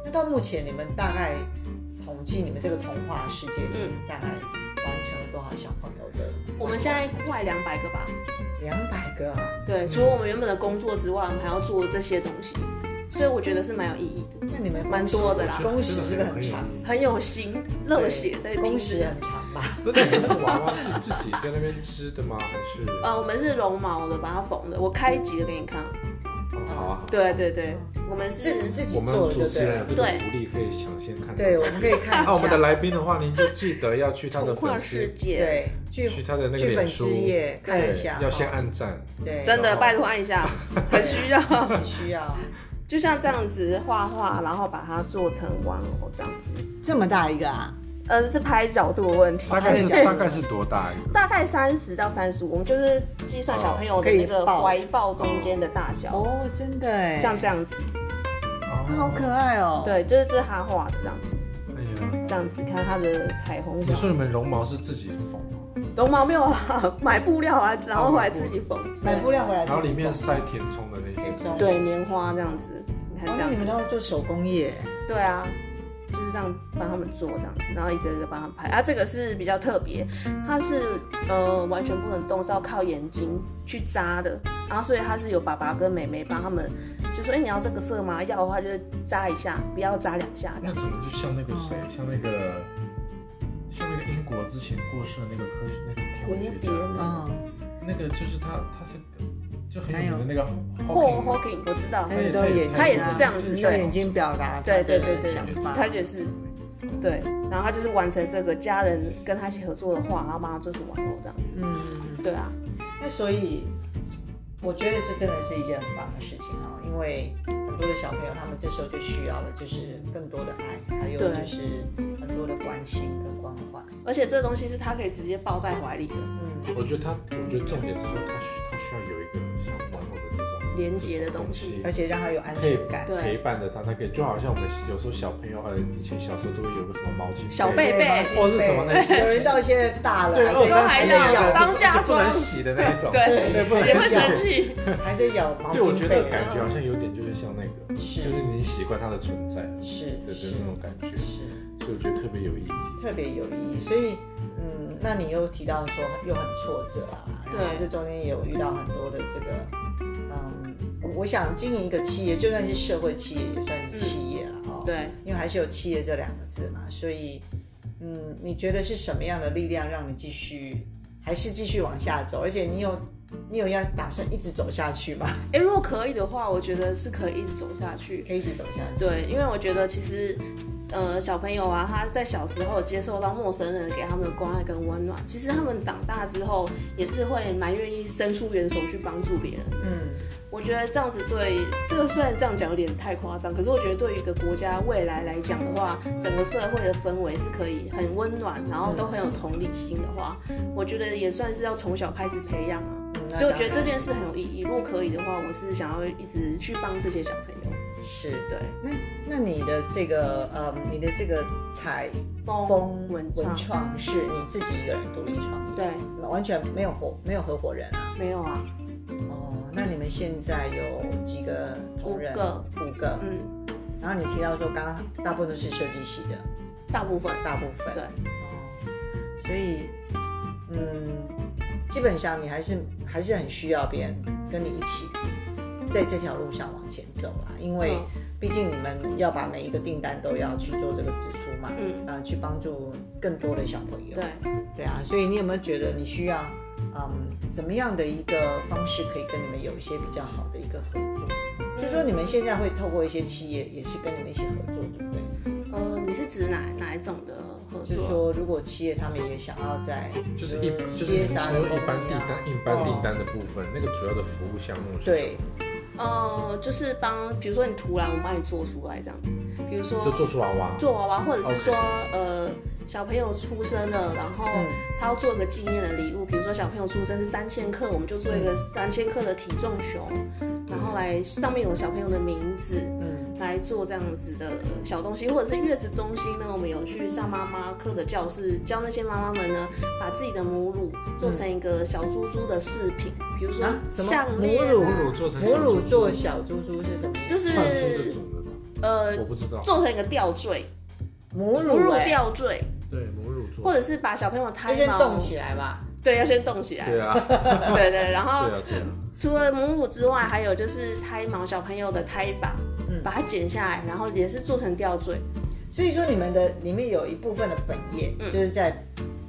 Speaker 1: 那到目前你们大概统计你们这个童话世界是
Speaker 3: 嗯
Speaker 1: 大概完成了多少小朋友的？
Speaker 3: 我们现在快两百个吧，
Speaker 1: 两百个啊。
Speaker 3: 对，除了我们原本的工作之外，我们还要做这些东西，所以我觉得是蛮有意义的，
Speaker 1: 那你们
Speaker 3: 蛮多的啦
Speaker 1: 工时是不是很长？
Speaker 3: 很有心、热血在
Speaker 1: 工
Speaker 3: 平
Speaker 1: 时
Speaker 3: 时。
Speaker 1: 很长 吧？
Speaker 2: 那你们那个娃娃是自己在那边织的吗？还是？
Speaker 1: 哦
Speaker 2: 哦
Speaker 3: 呃，我们是绒毛的，把它缝的，我开一集的给你看。
Speaker 2: 好啊，
Speaker 3: 对对对，我们是
Speaker 1: 自己自己
Speaker 2: 我们
Speaker 1: 做的
Speaker 2: 主
Speaker 1: 就
Speaker 2: 持
Speaker 1: 对
Speaker 2: 人有
Speaker 1: 了。
Speaker 2: 这个福利可以抢先看到。
Speaker 1: 对，我们可以看一下。
Speaker 2: 那我们的来宾的话，您就记得要去他的
Speaker 3: 童话
Speaker 2: 粉
Speaker 3: 世
Speaker 2: 丝，
Speaker 3: 界，
Speaker 1: 对去
Speaker 2: 去他的那个
Speaker 1: 去粉
Speaker 2: 脸
Speaker 1: 丝
Speaker 2: 书，
Speaker 1: 页看一下，
Speaker 2: 对要先
Speaker 1: 哦
Speaker 2: 按赞。
Speaker 1: 对，
Speaker 3: 真的
Speaker 2: 然后
Speaker 3: 拜托按 一下，很需要。
Speaker 1: 很需要。
Speaker 3: 就像这样子画画，然后把它做成玩偶这样子。
Speaker 1: 这么大一个啊？
Speaker 3: 呃，是拍角度的问题，
Speaker 2: 大概是
Speaker 1: 对
Speaker 2: 大概是多大一个？
Speaker 3: 大概三十到三十五，我们就是计算小朋友的
Speaker 1: 可以
Speaker 3: 那个
Speaker 1: 抱
Speaker 3: 怀抱中间的大小，
Speaker 1: 哦，真的哎，
Speaker 3: 像这样子。
Speaker 1: 它好可爱哦。，
Speaker 3: 对，就是这是他画的这样子，
Speaker 2: 哎呀，
Speaker 3: 这样子看他的彩虹
Speaker 2: 你说
Speaker 3: 表。
Speaker 2: 你们绒毛是自己缝吗，
Speaker 3: 绒毛没有啊， 买布料啊，然
Speaker 2: 哦
Speaker 3: 后来自己缝，
Speaker 1: 买布料回来自
Speaker 2: 然
Speaker 1: 己
Speaker 2: 后
Speaker 1: 缝。
Speaker 2: 里面塞填充的那
Speaker 1: 填
Speaker 2: 些。
Speaker 1: 充
Speaker 3: 对棉花这样子，你看
Speaker 1: 哦，
Speaker 3: 这
Speaker 1: 那
Speaker 3: 样
Speaker 1: 你，们都要做手工业，
Speaker 3: 对啊，就是这样帮他们做这样子，然后一个一个帮他们拍。啊，这个是比较特别，它是呃完全不能动，是要靠眼睛去扎的。然后所以它是有爸爸跟妹妹帮他们，就说哎、你要这个色吗？要的话就是扎一下，不要扎两下这
Speaker 4: 那
Speaker 3: 样。
Speaker 4: 怎么就像那个谁，像那个，像那个英国之前过世的那个科学那个天文学
Speaker 3: 蝴蝶
Speaker 4: 家，
Speaker 1: 嗯，
Speaker 4: 那个就是他，他是就很有
Speaker 1: 还有
Speaker 4: 名的那个
Speaker 3: 霍
Speaker 4: Hawking，
Speaker 3: Hawking 我知道
Speaker 1: 还，
Speaker 4: 有
Speaker 1: 有都眼睛啊，
Speaker 4: 他也是
Speaker 3: 这样子
Speaker 1: 你用
Speaker 3: 对
Speaker 1: 眼睛表达
Speaker 3: 对对
Speaker 1: 他的
Speaker 3: 对对
Speaker 1: 想法，
Speaker 3: 他就是对，然后他就是完成这个家人跟他一起合作的画，然后帮他做出玩偶这样子。
Speaker 1: 嗯。
Speaker 3: 对啊，
Speaker 1: 那所以，我觉得这真的是一件很棒的事情哦，因为很多的小朋友他们这时候就需要了，就是更多的爱，还有
Speaker 3: 对
Speaker 1: 就是很多的关心跟关怀。
Speaker 3: 而且这东西是他可以直接抱在怀里的，
Speaker 1: 嗯，
Speaker 2: 我觉得他，我觉得重点是说他需他需要有一个像玩偶的这种
Speaker 3: 连接的东西。
Speaker 1: 而且让他有安全感。
Speaker 3: 对
Speaker 2: 陪伴着他，他可以就好像我们有时候小朋友呃以前小时候都会有个什么毛巾
Speaker 3: 小
Speaker 2: 被
Speaker 3: 贝贝
Speaker 2: 或者是什么那
Speaker 1: 有人到现在大了，
Speaker 2: 对，
Speaker 1: 还
Speaker 2: 二
Speaker 1: 在
Speaker 3: 都
Speaker 2: 三
Speaker 3: 还
Speaker 2: 十
Speaker 3: 要
Speaker 2: 年的
Speaker 3: 当
Speaker 2: 就是
Speaker 3: 嫁
Speaker 2: 就不能
Speaker 3: 妆
Speaker 2: 洗的那一种，
Speaker 3: 对，
Speaker 2: 不能
Speaker 3: 姐会
Speaker 2: 洗
Speaker 3: 生气。
Speaker 1: 还在咬毛
Speaker 2: 对，我觉
Speaker 1: 巾
Speaker 2: 得
Speaker 1: 啊被。
Speaker 2: 感觉好像有点就是像那个，
Speaker 1: 是
Speaker 2: 就是你习惯它的存在，
Speaker 1: 是
Speaker 2: 对对
Speaker 1: 是
Speaker 2: 那种感觉，
Speaker 1: 是
Speaker 2: 所以我觉得特别有意义。
Speaker 1: 特别有意义，所以。嗯，那你又提到说又很挫折啊，
Speaker 3: 对
Speaker 1: 然后这中间也有遇到很多的这个，嗯，我我想经营一个企业，就算是社会企业也算是企业了、哦，
Speaker 3: 对，
Speaker 1: 因为还是有企业这两个字嘛，所以，嗯，你觉得是什么样的力量让你继续，还是继续往下走？而且你有你有要打算一直走下去吗？
Speaker 3: 哎、如果可以的话，我觉得是可以一直走下去。
Speaker 1: 可以一直走下去？
Speaker 3: 对，因为我觉得其实，呃，小朋友啊，他在小时候接受到陌生人给他们的关爱跟温暖，其实他们长大之后也是会蛮愿意伸出援手去帮助别人。
Speaker 1: 嗯，
Speaker 3: 我觉得这样子对这个虽然这样讲有点太夸张，可是我觉得对于一个国家未来来讲的话，整个社会的氛围是可以很温暖，然后都很有同理心的话，我觉得也算是要从小开始培养啊。
Speaker 1: 嗯
Speaker 3: 所以我觉得
Speaker 1: 那
Speaker 3: 这
Speaker 1: 当然
Speaker 3: 件事很有意义。如果可以的话，我是想要一直去帮这些小朋友。
Speaker 1: 是
Speaker 3: 对，
Speaker 1: 那那你的这个呃，你的这个采
Speaker 3: 风
Speaker 1: 风
Speaker 3: 文
Speaker 1: 文
Speaker 3: 创
Speaker 1: 创是你自己一个人独立创业，
Speaker 3: 对，
Speaker 1: 完全没有伙没有合伙人啊。
Speaker 3: 没有啊，
Speaker 1: 哦，那你们现在有几个同仁？
Speaker 3: 五个，
Speaker 1: 五个。
Speaker 3: 嗯，
Speaker 1: 然后你提到说，刚刚大部分都是设计系的，
Speaker 3: 大部分
Speaker 1: 大部分
Speaker 3: 对。
Speaker 1: 哦，所以嗯，基本上你还是还是很需要别人跟你一起在这条路上往前走啦，因为
Speaker 3: 嗯
Speaker 1: 毕竟你们要把每一个订单都要去做这个支出嘛，
Speaker 3: 嗯
Speaker 1: 啊，去帮助更多的小朋友，
Speaker 3: 对，
Speaker 1: 对啊，所以你有没有觉得你需要嗯怎么样的一个方式可以跟你们有一些比较好的一个合作？就说你们现在会透过一些企业，也是跟你们一起合作，对不对？
Speaker 3: 呃，你是指哪哪一种的合
Speaker 1: 就
Speaker 3: 作？
Speaker 1: 是说，如果企业他们也想要在呃
Speaker 2: 就是一就是
Speaker 1: 接
Speaker 2: 你
Speaker 1: 啥
Speaker 2: 说
Speaker 1: 的
Speaker 2: 一般
Speaker 1: 功
Speaker 2: 订
Speaker 1: 能啊
Speaker 2: 单一般订单的部分，那个主要的服务项目是
Speaker 1: 对，
Speaker 3: 呃，就是帮，比如说你图栏，我帮你做出来这样子。比如
Speaker 2: 什
Speaker 3: 说
Speaker 2: 么，就做出娃娃，
Speaker 3: 做娃娃，或者是说呃小朋友出生了，然后他要做一个纪念的礼物，比如说小朋友出生是三千克，我们就做一个三千克的体重熊，然后来上面有小朋友的名字，嗯，来做这样子的呃小东西，或者是月子中心呢，我们有去上妈妈课的教室，教那些妈妈们呢，把自己的母乳做成一个小猪猪的饰品，比如说
Speaker 1: 啊什么
Speaker 3: 项链、
Speaker 1: 母乳
Speaker 3: 啊，
Speaker 4: 母乳做成
Speaker 1: 母乳做小猪猪是什么意思？
Speaker 3: 就是
Speaker 2: 串珠这种的吧，
Speaker 3: 呃
Speaker 2: 我不知道。
Speaker 3: 做成一个吊坠，
Speaker 1: 母
Speaker 3: 母乳
Speaker 1: 欸
Speaker 3: 吊坠。
Speaker 4: 对母乳做
Speaker 3: 或者是把小朋友的胎
Speaker 1: 要先
Speaker 3: 毛
Speaker 1: 动起来吧。
Speaker 3: 对，要先动起来。
Speaker 2: 对啊，
Speaker 3: 对对，然后
Speaker 2: 对啊，对啊，
Speaker 3: 除了母乳之外，还有就是胎毛，小朋友的胎发，
Speaker 1: 嗯
Speaker 3: 把它剪下来，然后也是做成吊坠。
Speaker 1: 所以说你们的里面有一部分的本业就是在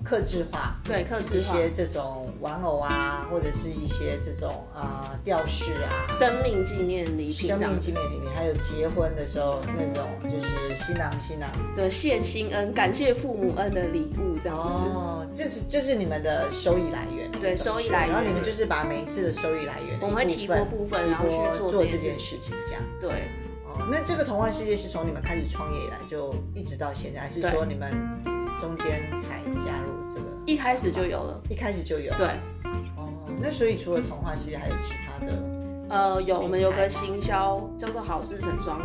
Speaker 1: 克制化
Speaker 3: 对，客嗯制
Speaker 1: 一
Speaker 3: 化，
Speaker 1: 些这种玩偶啊，或者是一些这种呃吊饰啊。
Speaker 3: 生命纪念礼品
Speaker 1: 生
Speaker 3: 这样
Speaker 1: 命
Speaker 3: 子
Speaker 1: 纪念里面，还有结婚的时候那种，就是新郎新娘
Speaker 3: 的谢亲恩，感谢父母恩的礼物这样子。
Speaker 1: 哦，这是这是你们的收益来源，
Speaker 3: 对收益来源
Speaker 1: 然后你们就是把每一次的收益来源，
Speaker 3: 我们会提拨部分，然后去
Speaker 1: 做
Speaker 3: 做
Speaker 1: 做
Speaker 3: 这
Speaker 1: 这件
Speaker 3: 件事。
Speaker 1: 事情，这样。
Speaker 3: 对，
Speaker 1: 哦，那这个童话世界是从你们开始创业以来就一直到现在，还是说你们中间才加入这个？
Speaker 3: 一开始就有了。
Speaker 1: 一开始就有。
Speaker 3: 对，
Speaker 1: 哦，那所以除了童话世界，还有其他的
Speaker 3: 呃，有我们有个行销叫做好事成双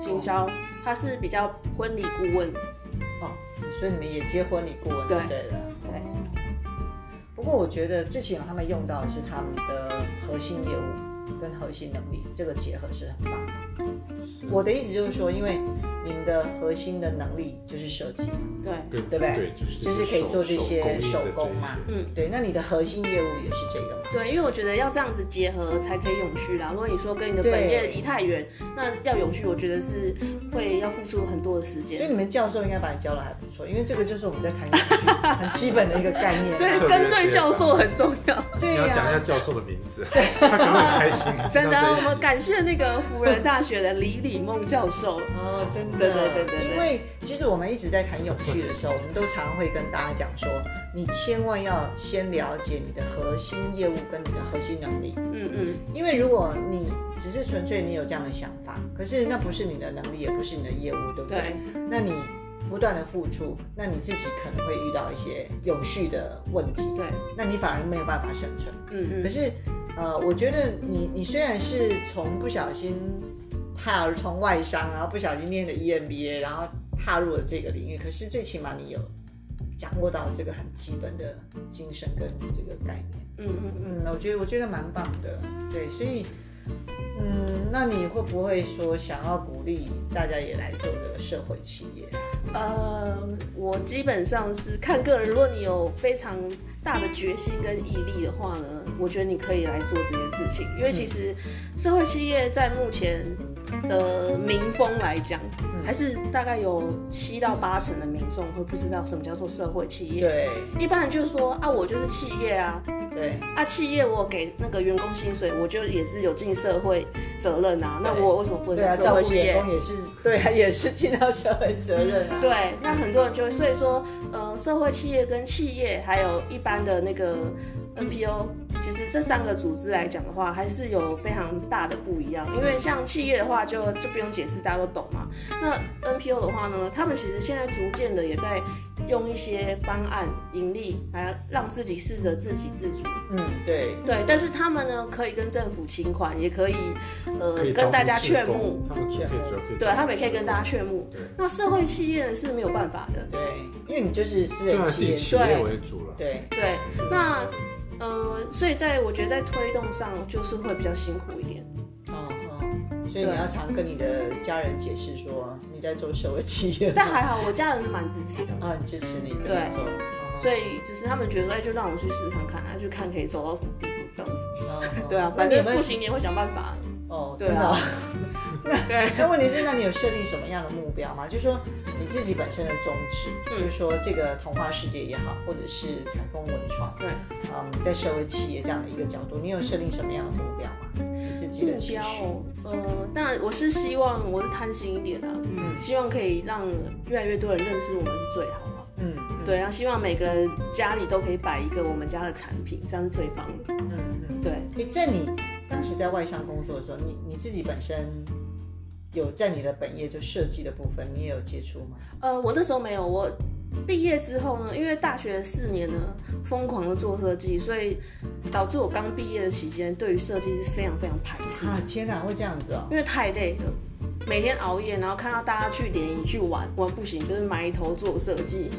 Speaker 3: 行销，它是比较婚礼顾问。
Speaker 1: 哦，所以你们也结婚礼顾问
Speaker 3: 对
Speaker 1: 对了。
Speaker 3: 对
Speaker 1: 不过我觉得最起码他们用到的是他们的核心业务跟核心能力，这个结合是很棒的。我的意思就是说，因为您的核心的能力就是设计，
Speaker 3: 对，
Speaker 2: 对
Speaker 1: 对不对
Speaker 2: 对，就是
Speaker 1: 就
Speaker 2: 这
Speaker 1: 是
Speaker 2: 些
Speaker 1: 可以
Speaker 2: 手
Speaker 1: 做这些
Speaker 2: 手
Speaker 1: 手
Speaker 2: 工
Speaker 1: 工
Speaker 2: 艺的
Speaker 1: 嘛
Speaker 2: 这一些
Speaker 1: 对，那你的核心业务也是这个嘛？
Speaker 3: 对，因为我觉得要这样子结合才可以永续啦。如果你说跟你的
Speaker 1: 对
Speaker 3: 本业离太远，那要永续，我觉得是会要付出很多的时
Speaker 1: 所以
Speaker 3: 间。
Speaker 1: 你们教授应该把你教的还不错，因为这个就是我们在谈永续很基本的一个概念。
Speaker 3: 所以
Speaker 4: 策略
Speaker 3: 跟对
Speaker 4: 协
Speaker 3: 教
Speaker 4: 商
Speaker 3: 授很重 要，
Speaker 1: 对
Speaker 4: 你要讲一下
Speaker 1: 呀、
Speaker 4: 教授的名字，他可能很开心。
Speaker 3: 真的啊
Speaker 4: 听到这。一
Speaker 3: 我
Speaker 4: 集
Speaker 3: 们感谢那个辅仁大学的李李梦教授。
Speaker 1: 哦，真的，
Speaker 3: 对对对对对
Speaker 1: 因为其实我们一直在谈永续的时候，我们都常会跟大家讲说，你千万要先了解你的核心业务跟你的核心能力，
Speaker 3: 嗯嗯，
Speaker 1: 因为如果你只是纯粹你有这样的想法，可是那不是你的能力，也不是你的业务，对不对？
Speaker 3: 对
Speaker 1: 那你不断的付出，那你自己可能会遇到一些永续的问题，
Speaker 3: 对，
Speaker 1: 那你反而没有办法生存。
Speaker 3: 嗯
Speaker 1: 可
Speaker 3: 嗯，
Speaker 1: 是，呃，我觉得你你虽然是从不小心踏入从外商，然后不小心念了 E EMBA，然后踏入了这个领域，可是最起码你有掌握到这个很基本的精神跟这个概念。
Speaker 3: 嗯嗯嗯。
Speaker 1: 嗯，我觉得我觉得蛮棒的，对，所以。嗯，那你会不会说想要鼓励大家也来做这个社会企业？
Speaker 3: 呃，我基本上是看个人，如果你有非常大的决心跟毅力的话呢，我觉得你可以来做这件事情，因为
Speaker 1: 嗯
Speaker 3: 其实社会企业在目前的民风来讲，
Speaker 1: 嗯
Speaker 3: 还是大概有七到八成的民众会不知道什么叫做社会企业。
Speaker 1: 对
Speaker 3: 一般人就说啊，我就是企业啊，
Speaker 1: 对
Speaker 3: 啊，企业我给那个员工薪水，我就也是有尽社会责任啊，那
Speaker 1: 对
Speaker 3: 我为什么不
Speaker 1: 对
Speaker 3: 能
Speaker 1: 啊，
Speaker 3: 做社
Speaker 1: 照
Speaker 3: 会
Speaker 1: 顾
Speaker 3: 企业
Speaker 1: 员？工也是对啊，也是尽到社会责任啊。
Speaker 3: 对，那很多人就会，所以说，呃，社会企业跟企业还有一般的那个 NPO，其实这三个组织来讲的话，还是有非常大的不一样。因为像企业的话就，就不用解释，大家都懂嘛。那 NPO 的话呢，他们其实现在逐渐的也在用一些方案盈利，来让自己试着自给自足。
Speaker 1: 嗯，对。
Speaker 3: 对，但是他们呢，可以跟政府请款，也可以，呃
Speaker 2: 可以，
Speaker 3: 跟大家
Speaker 2: 招募志
Speaker 3: 劝
Speaker 2: 工
Speaker 3: 募。，
Speaker 2: 他们主要可以主要可以
Speaker 3: 对
Speaker 2: 招募
Speaker 3: 他们也可以
Speaker 2: 志
Speaker 3: 跟
Speaker 2: 工
Speaker 3: 大家劝募
Speaker 2: 对，
Speaker 3: 那社会企业呢是没有办法的，
Speaker 1: 对，因为你就是私
Speaker 2: 对
Speaker 1: 人
Speaker 2: 啊，是
Speaker 1: 企
Speaker 2: 以
Speaker 1: 业，
Speaker 2: 企业为主了。
Speaker 1: 对
Speaker 3: 对，那呃，所以在我觉得在推动上就是会比较辛苦一点。嗯
Speaker 1: 哦哦，所以你要常跟你的家人解释说你在做社会企业，
Speaker 3: 但还好我家人是蛮支持的，
Speaker 1: 啊，很支持你这么
Speaker 3: 对
Speaker 1: 做。
Speaker 3: 所以就是他们觉得哎，就让我去试试看看，啊，就看可以走到什么地步这样子。
Speaker 1: 以，哦
Speaker 3: 对啊，
Speaker 1: 那
Speaker 3: 反
Speaker 1: 你有
Speaker 3: 正
Speaker 1: 没有
Speaker 3: 不行也会想办法。
Speaker 1: 哦，
Speaker 3: 对
Speaker 1: 真的哦
Speaker 3: 啊。
Speaker 1: 那那问题是，那你有设定什么样的目标吗？就是说你自己本身的宗旨，
Speaker 3: 嗯
Speaker 1: 就是说这个童话世界也好，或者是采风文创，
Speaker 3: 对，
Speaker 1: 嗯，在社会企业这样的一个角度，你有设定什么样的目标吗？你自己的
Speaker 3: 目
Speaker 1: 期
Speaker 3: 标
Speaker 1: 许？
Speaker 3: 哦，呃，当然我是希望我是贪心一点啊，嗯，希望可以让越来越多人认识我们是最好嘛。
Speaker 1: 嗯，嗯，
Speaker 3: 对，然后希望每个人家里都可以摆一个我们家的产品，这样是最棒的。
Speaker 1: 嗯嗯。
Speaker 3: 对，
Speaker 1: 你在你当时在外商工作的时候，你你自己本身有在你的本业就设计的部分，你也有接触吗？
Speaker 3: 呃，我那时候没有，我毕业之后呢，因为大学四年呢疯狂的做设计，所以导致我刚毕业的期间，对于设计是非常非常排斥 的，
Speaker 1: 啊，天哪，会这样子哦！
Speaker 3: 因为太累了。每天熬夜，然后看到大家去联谊去玩，我不行，就是埋头做设计，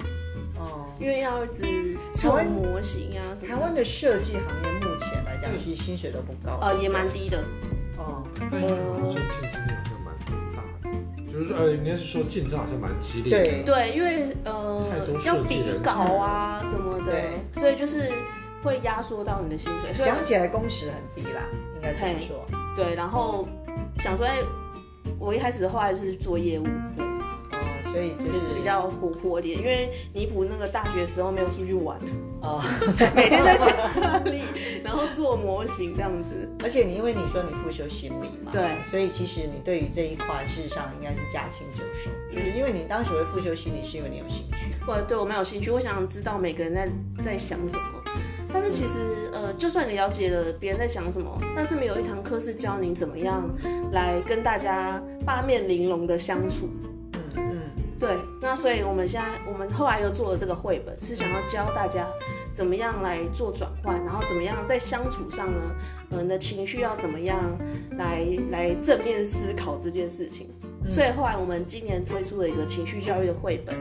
Speaker 3: 嗯
Speaker 1: 哦，
Speaker 3: 因为要一直
Speaker 1: 台
Speaker 3: 做
Speaker 1: 湾
Speaker 3: 模型啊什
Speaker 1: 台
Speaker 3: 么的，
Speaker 1: 湾的设计行业目前来讲，其实薪水都不高，
Speaker 3: 呃，嗯也蛮低的。
Speaker 1: 哦，
Speaker 2: 但是竞竞争力好像蛮大的，就是说呃，应该是说竞争好像蛮激烈的。
Speaker 1: 对
Speaker 3: 对，因为
Speaker 2: 太
Speaker 3: 呃
Speaker 2: 多设计
Speaker 3: 要比
Speaker 2: 人
Speaker 3: 稿
Speaker 2: 才了
Speaker 3: 啊什么的
Speaker 1: 对，
Speaker 3: 所以就是会压缩到你的薪水。所以
Speaker 1: 讲起来工时很低啦，应该这么说。
Speaker 3: 对，然后想说，哎，我一开始的话就是做业务，对，
Speaker 1: 哦，所以就
Speaker 3: 就是
Speaker 1: 是
Speaker 3: 比较活泼一点，因为尼普那个大学的时候没有出去玩，
Speaker 1: 哦，
Speaker 3: 每天在家里，然后做模型这样子，
Speaker 1: 而且你因为你说你复修心理嘛，
Speaker 3: 对
Speaker 1: 所以其实你对于这一块事实上应该是驾轻就熟，就是
Speaker 3: 嗯
Speaker 1: 因为你当时会复修心理，是因为你有兴趣。
Speaker 3: 我对我蛮有兴趣，我想知道每个人在在想什么。但是其实，呃，就算你了解了别人在想什么，但是没有一堂课是教你怎么样来跟大家八面玲珑的相处。
Speaker 1: 嗯嗯。
Speaker 3: 对，那所以我们现在，我们后来又做了这个绘本，是想要教大家怎么样来做转换，然后怎么样在相处上呢，呃嗯、你的情绪要怎么样来来正面思考这件事情。所以后来我们今年推出了一个情绪教育的绘本，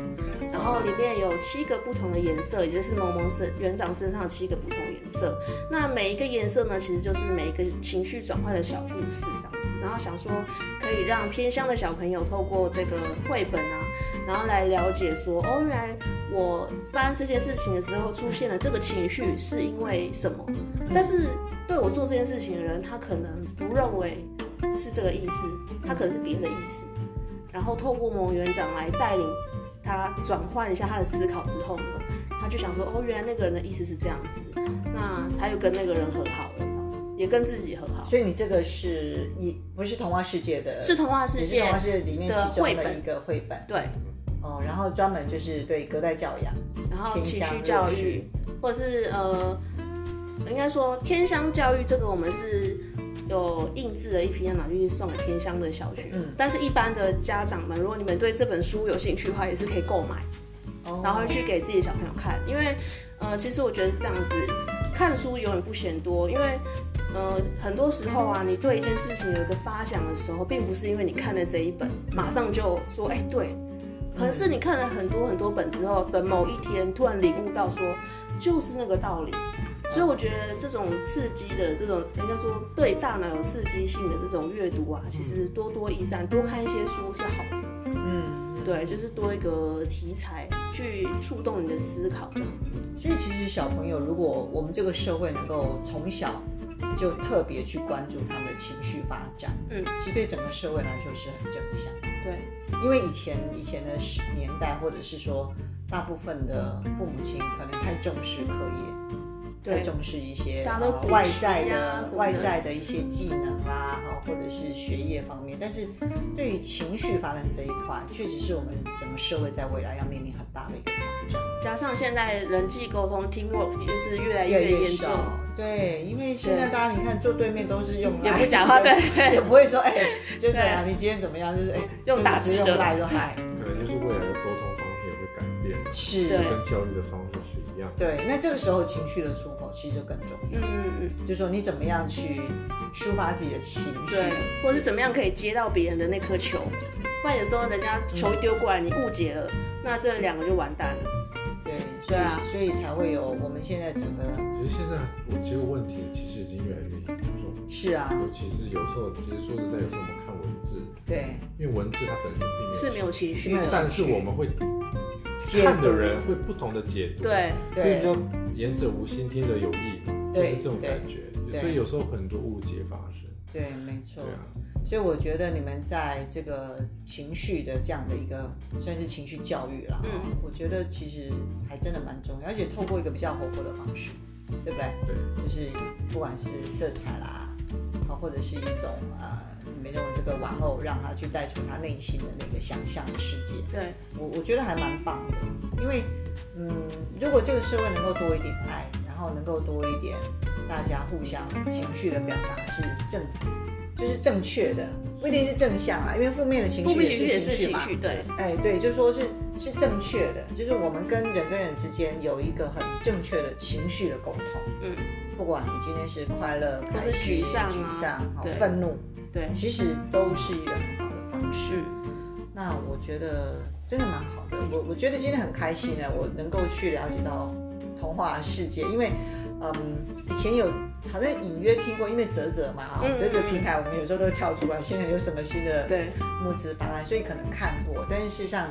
Speaker 3: 然后里面有七个不同的颜色，也就是萌萌身园长身上的七个不同颜色。那每一个颜色呢，其实就是每一个情绪转换的小故事这样子。然后想说可以让偏乡的小朋友透过这个绘本啊，然后来了解说，哦，原来我发生这件事情的时候出现了这个情绪是因为什么？但是对我做这件事情的人，他可能不认为是这个意思，他可能是别的意思。然后透过萌园长来带领他转换一下他的思考之后呢，他就想说，哦，原来那个人的意思是这样子，那他就跟那个人和好了，这样子也跟自己和好。
Speaker 1: 所以你这个是一不是童话世界的，
Speaker 3: 是童话世
Speaker 1: 也是
Speaker 3: 界
Speaker 1: 童话世界里面
Speaker 3: 的
Speaker 1: 其中
Speaker 3: 绘
Speaker 1: 的
Speaker 3: 本
Speaker 1: 一个绘本
Speaker 3: 对，
Speaker 1: 哦，然后专门就是对隔代教养，
Speaker 3: 然后
Speaker 1: 偏
Speaker 3: 情
Speaker 1: 向
Speaker 3: 绪
Speaker 1: 弱
Speaker 3: 教
Speaker 1: 势
Speaker 3: 育，或者是呃，应该说偏乡教育这个我们是有印制了一批要拿去送给偏乡的小学，
Speaker 1: 嗯
Speaker 3: 但是一般的家长们，如果你们对这本书有兴趣的话，也是可以购买，
Speaker 1: 哦
Speaker 3: 然后去给自己的小朋友看，因为呃，其实我觉得是这样子，看书永远不嫌多，因为。呃，很多时候啊，你对一件事情有一个发想的时候，并不是因为你看了这一本，马上就说，哎、对，可是你看了很多很多本之后，等某一天突然领悟到说，就是那个道理。所以我觉得这种刺激的这种，应该说对大脑有刺激性的这种阅读啊，其实多多益善，多看一些书是好的。嗯，对，就是多一个题材去触动你的思考这样子。
Speaker 1: 所以其实小朋友，如果我们这个社会能够从小就特别去关注他们的情绪发展，
Speaker 3: 嗯，
Speaker 1: 其实对整个社会来说是很正向的。
Speaker 3: 对，
Speaker 1: 因为以前以前的时年代，或者是说大部分的父母亲可能太重视课业，
Speaker 3: 对
Speaker 1: 太重视一些
Speaker 3: 大家都
Speaker 1: 呃
Speaker 3: 补习啊
Speaker 1: 外在
Speaker 3: 什么
Speaker 1: 的
Speaker 3: 的
Speaker 1: 外在的一些技能啦、哈，或者是学业方面。但是对于情绪发展这一块，确实是我们整个社会在未来要面临很大的一个挑战，
Speaker 3: 加上现在人际沟通 teamwork 也是越来
Speaker 1: 越来
Speaker 3: 越
Speaker 1: 越
Speaker 3: 严重
Speaker 1: 少。。对，因为现在大家你看坐对面都是用
Speaker 3: 也
Speaker 1: Line，
Speaker 3: 不讲话对
Speaker 1: 也不会说 哎，就是啊，你今天怎么样？就是哎，
Speaker 3: 用打
Speaker 1: 就是
Speaker 3: 字
Speaker 1: 用
Speaker 3: 的
Speaker 1: 来就 嗨，
Speaker 4: 可能就是未来的沟通方式也会改变，
Speaker 1: 是，
Speaker 3: 对
Speaker 4: 跟教育的方式是一样的。
Speaker 1: 对，那这个时候情绪的出口其实就更重要。
Speaker 3: 嗯嗯嗯，
Speaker 1: 就是说你怎么样去抒发自己的情绪。
Speaker 3: 对，或者是怎么样可以接到别人的那颗球，不然有时候人家球一丢过来，你误解了，那这两个就完蛋了。
Speaker 1: 对，所
Speaker 3: 对
Speaker 1: 以、
Speaker 3: 啊
Speaker 1: 所以才会有我们现在整个
Speaker 4: 其实现在我这个问题其实已经越来越严重，
Speaker 1: 是啊，
Speaker 4: 尤其是有时候，其实说实在，有时候我们看文字，
Speaker 1: 对，
Speaker 4: 因为文字它本身并没有
Speaker 3: 是没有情绪
Speaker 1: 是没有
Speaker 3: 的，
Speaker 4: 但是我们会
Speaker 1: 解
Speaker 4: 看的人会不同的解读，
Speaker 3: 对，
Speaker 4: 所
Speaker 1: 对
Speaker 4: 以就言者无心，听者有意嘛，就
Speaker 1: 对
Speaker 4: 是这种感觉
Speaker 1: 对，
Speaker 4: 所以有时候很多误解发生，
Speaker 1: 对，没错
Speaker 4: 对。啊，
Speaker 1: 所以我觉得你们在这个情绪的这样的一个算是情绪教育啦，
Speaker 3: 嗯
Speaker 1: 我觉得其实还真的蛮重要，而且透过一个比较活泼的方式，对不对？
Speaker 4: 对，
Speaker 1: 就是不管是色彩啦，好，或者是一种呃，你们用这个玩偶让他去带出他内心的那个想象的世界。
Speaker 3: 对
Speaker 1: 我我觉得还蛮棒的，因为嗯，如果这个社会能够多一点爱，然后能够多一点大家互相情绪的表达是正，就是正确的，不一定是正向啊啦，因为负面的情
Speaker 3: 负
Speaker 1: 绪
Speaker 3: 面情绪也
Speaker 1: 是
Speaker 3: 是
Speaker 1: 情绪
Speaker 3: 情
Speaker 1: 嘛。
Speaker 3: 绪，对
Speaker 1: 哎，对，就说是是正确的，就是我们跟人跟人之间有一个很正确的情绪的沟通。
Speaker 3: 嗯，
Speaker 1: 不管你今天是快乐、
Speaker 3: 或
Speaker 1: 开
Speaker 3: 是
Speaker 1: 心、
Speaker 3: 沮丧啊
Speaker 1: 沮丧、好
Speaker 3: 对
Speaker 1: 愤怒，
Speaker 3: 对，
Speaker 1: 其实都是一个很好的方式。
Speaker 3: 嗯，
Speaker 1: 那我觉得真的蛮好的，我我觉得今天很开心呢，我能够去了解到童话世界，因为嗯，以前有好像隐约听过，因为泽泽嘛啊，
Speaker 3: 嗯
Speaker 1: 泽泽平台我们有时候都会跳出来，现在有什么新的
Speaker 3: 对
Speaker 1: 募资方案，所以可能看过，但是事实上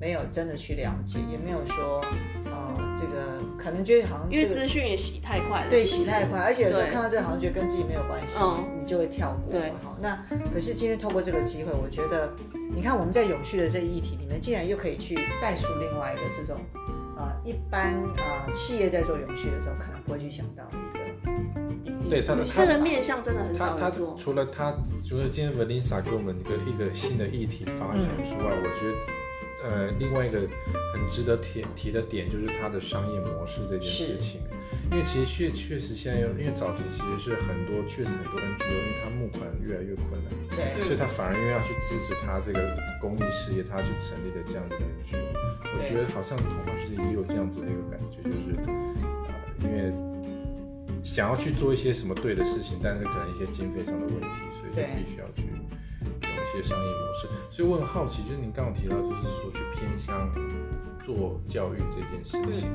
Speaker 1: 没有真的去了解，也没有说呃这个可能觉得好像
Speaker 3: 因为
Speaker 1: 这个
Speaker 3: 资讯也洗太快了，
Speaker 1: 对，
Speaker 3: 其实
Speaker 1: 洗太快，而且有时候
Speaker 3: 对
Speaker 1: 看到这个好像觉得跟自己没有关系，
Speaker 3: 嗯
Speaker 1: 你就会跳过。
Speaker 3: 对
Speaker 1: 好，那可是今天透过这个机会，我觉得，你看我们在永续的这一议题里面，竟然又可以去带出另外一个这种，呃，一般呃企业在做永续的时候，可能不会去想到一个，一
Speaker 4: 对
Speaker 1: 一
Speaker 4: 它的
Speaker 3: 这个面向真的很
Speaker 4: 他
Speaker 3: 少
Speaker 4: 他
Speaker 3: 人做，
Speaker 4: 除了他除了今天 Vanessa 给我们一个一个新的议题发想
Speaker 3: 嗯
Speaker 4: 之外，我觉得。呃，另外一个很值得提提的点就是它的商业模式这件
Speaker 1: 是
Speaker 4: 事情，因为其实确确实现在有，因为早期其实是很多确实很多 NGO，因为它募款越来越困难，
Speaker 1: 对
Speaker 4: 所以他反而因为要去支持他这个公益事业，他去成立的这样子的 NGO，我
Speaker 1: 对
Speaker 4: 觉得好像童话世界也有这样子的一个感觉，就是呃，因为想要去做一些什么对的事情，但是可能一些经费上的问题，所以就
Speaker 1: 对
Speaker 4: 必须要去用一些些商业模式。所以我很好奇，就是您刚刚有提到，就是说去偏乡做教育这件事情，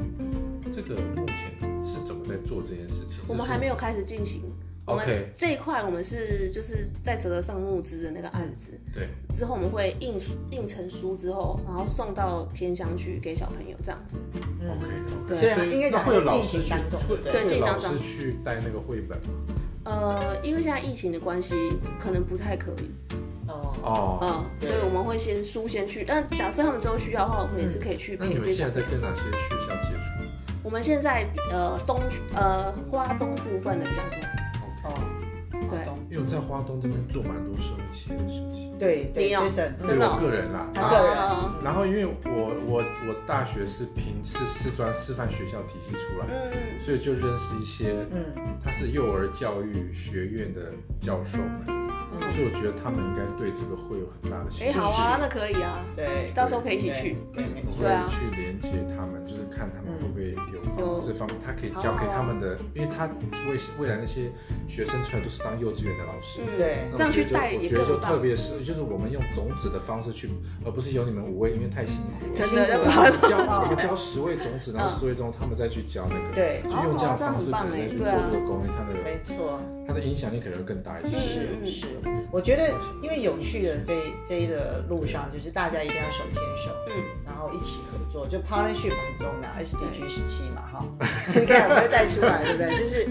Speaker 4: 这个目前是怎么在做这件事情？
Speaker 3: 嗯我们还没有开始进行。我们
Speaker 4: OK
Speaker 3: 这一块，我们是就是在泽泽上募资的那个案子，
Speaker 4: 嗯对，
Speaker 3: 之后我们会印书印成书之后，然后送到偏乡去给小朋友这样子。
Speaker 1: 嗯
Speaker 4: OK，
Speaker 3: 对
Speaker 1: 所以
Speaker 4: 所以
Speaker 1: 应该讲
Speaker 4: 那会有老
Speaker 1: 进
Speaker 4: 师
Speaker 1: 行
Speaker 4: 去
Speaker 1: 当中，
Speaker 4: 会
Speaker 1: 对
Speaker 3: 对
Speaker 4: 会
Speaker 3: 进
Speaker 4: 有
Speaker 3: 行
Speaker 4: 老
Speaker 3: 当中
Speaker 4: 师去带那个绘本吗
Speaker 3: 呃，因为现在疫情的关系，可能不太可以，
Speaker 1: 哦，
Speaker 4: 哦，
Speaker 3: 嗯，
Speaker 1: 对
Speaker 3: 所以我们会先书先去。但假设他们之后需要的话，我们也是可以去
Speaker 4: 嗯那
Speaker 3: 陪
Speaker 4: 你
Speaker 3: 这
Speaker 4: 们
Speaker 3: 些。
Speaker 4: 现在在跟哪些学校接触
Speaker 3: 我们现在呃东呃花东部分的比较多，
Speaker 1: 哦
Speaker 4: ？OK，，
Speaker 3: 对
Speaker 1: 懂
Speaker 4: 因为我在花东这边做蛮多社会企业的事情，
Speaker 1: 对对
Speaker 3: 你有
Speaker 1: ，Jason，嗯
Speaker 3: 真的哦
Speaker 4: 对我个人啦，
Speaker 1: 他
Speaker 4: 然
Speaker 1: 个
Speaker 4: 后
Speaker 1: 人
Speaker 3: 呃
Speaker 4: 然后因为我我我大学是平是师专师范学校体系出来，
Speaker 3: 嗯，
Speaker 4: 所以就认识一些
Speaker 1: 嗯，
Speaker 4: 他是幼儿教育学院的教授们，所以我觉得他们应该对这个会有很大的兴
Speaker 3: 哎、
Speaker 4: 趣。
Speaker 3: 嗯好啊，那可以啊，
Speaker 1: 对，
Speaker 3: 到时候可以一起去。
Speaker 1: 对，没
Speaker 4: 我
Speaker 1: 错
Speaker 4: 会
Speaker 3: 对啊
Speaker 4: 去连接他们，就是看他们会不会有
Speaker 3: 有
Speaker 4: 方这方面，他可以教给他们的，因为他未未来那些学生出来都是当幼稚园的老师，
Speaker 3: 嗯，
Speaker 1: 对
Speaker 4: 那我
Speaker 3: 这样去
Speaker 4: 觉得
Speaker 3: 带
Speaker 4: 我
Speaker 3: 也
Speaker 4: 觉得就
Speaker 3: 更
Speaker 4: 特
Speaker 3: 棒。
Speaker 4: 别是就是我们用种子的方式去，而不是由你们五位，因为太辛苦了。
Speaker 3: 真的
Speaker 1: 辛苦
Speaker 3: 要
Speaker 1: 了
Speaker 3: 不然
Speaker 4: 教我们教十位种子，然后
Speaker 3: 嗯
Speaker 4: 十位中他们再去教那个，
Speaker 1: 对哦
Speaker 4: 就用这样的方式
Speaker 3: 哦这样很棒
Speaker 4: 可能再
Speaker 3: 哎
Speaker 4: 去
Speaker 3: 对嗯
Speaker 4: 做
Speaker 3: 啊
Speaker 4: 做公益，它的
Speaker 1: 没错，
Speaker 4: 它的影响力可能会更大一些。
Speaker 1: 是是，我觉得因为有趣的这这一个路上，就是大家一定要手牵手，
Speaker 3: 嗯，
Speaker 1: 然后一起合作，就 partnership 很重要，SDG 十七嘛，哈，你看我们就带出来，对不对？就是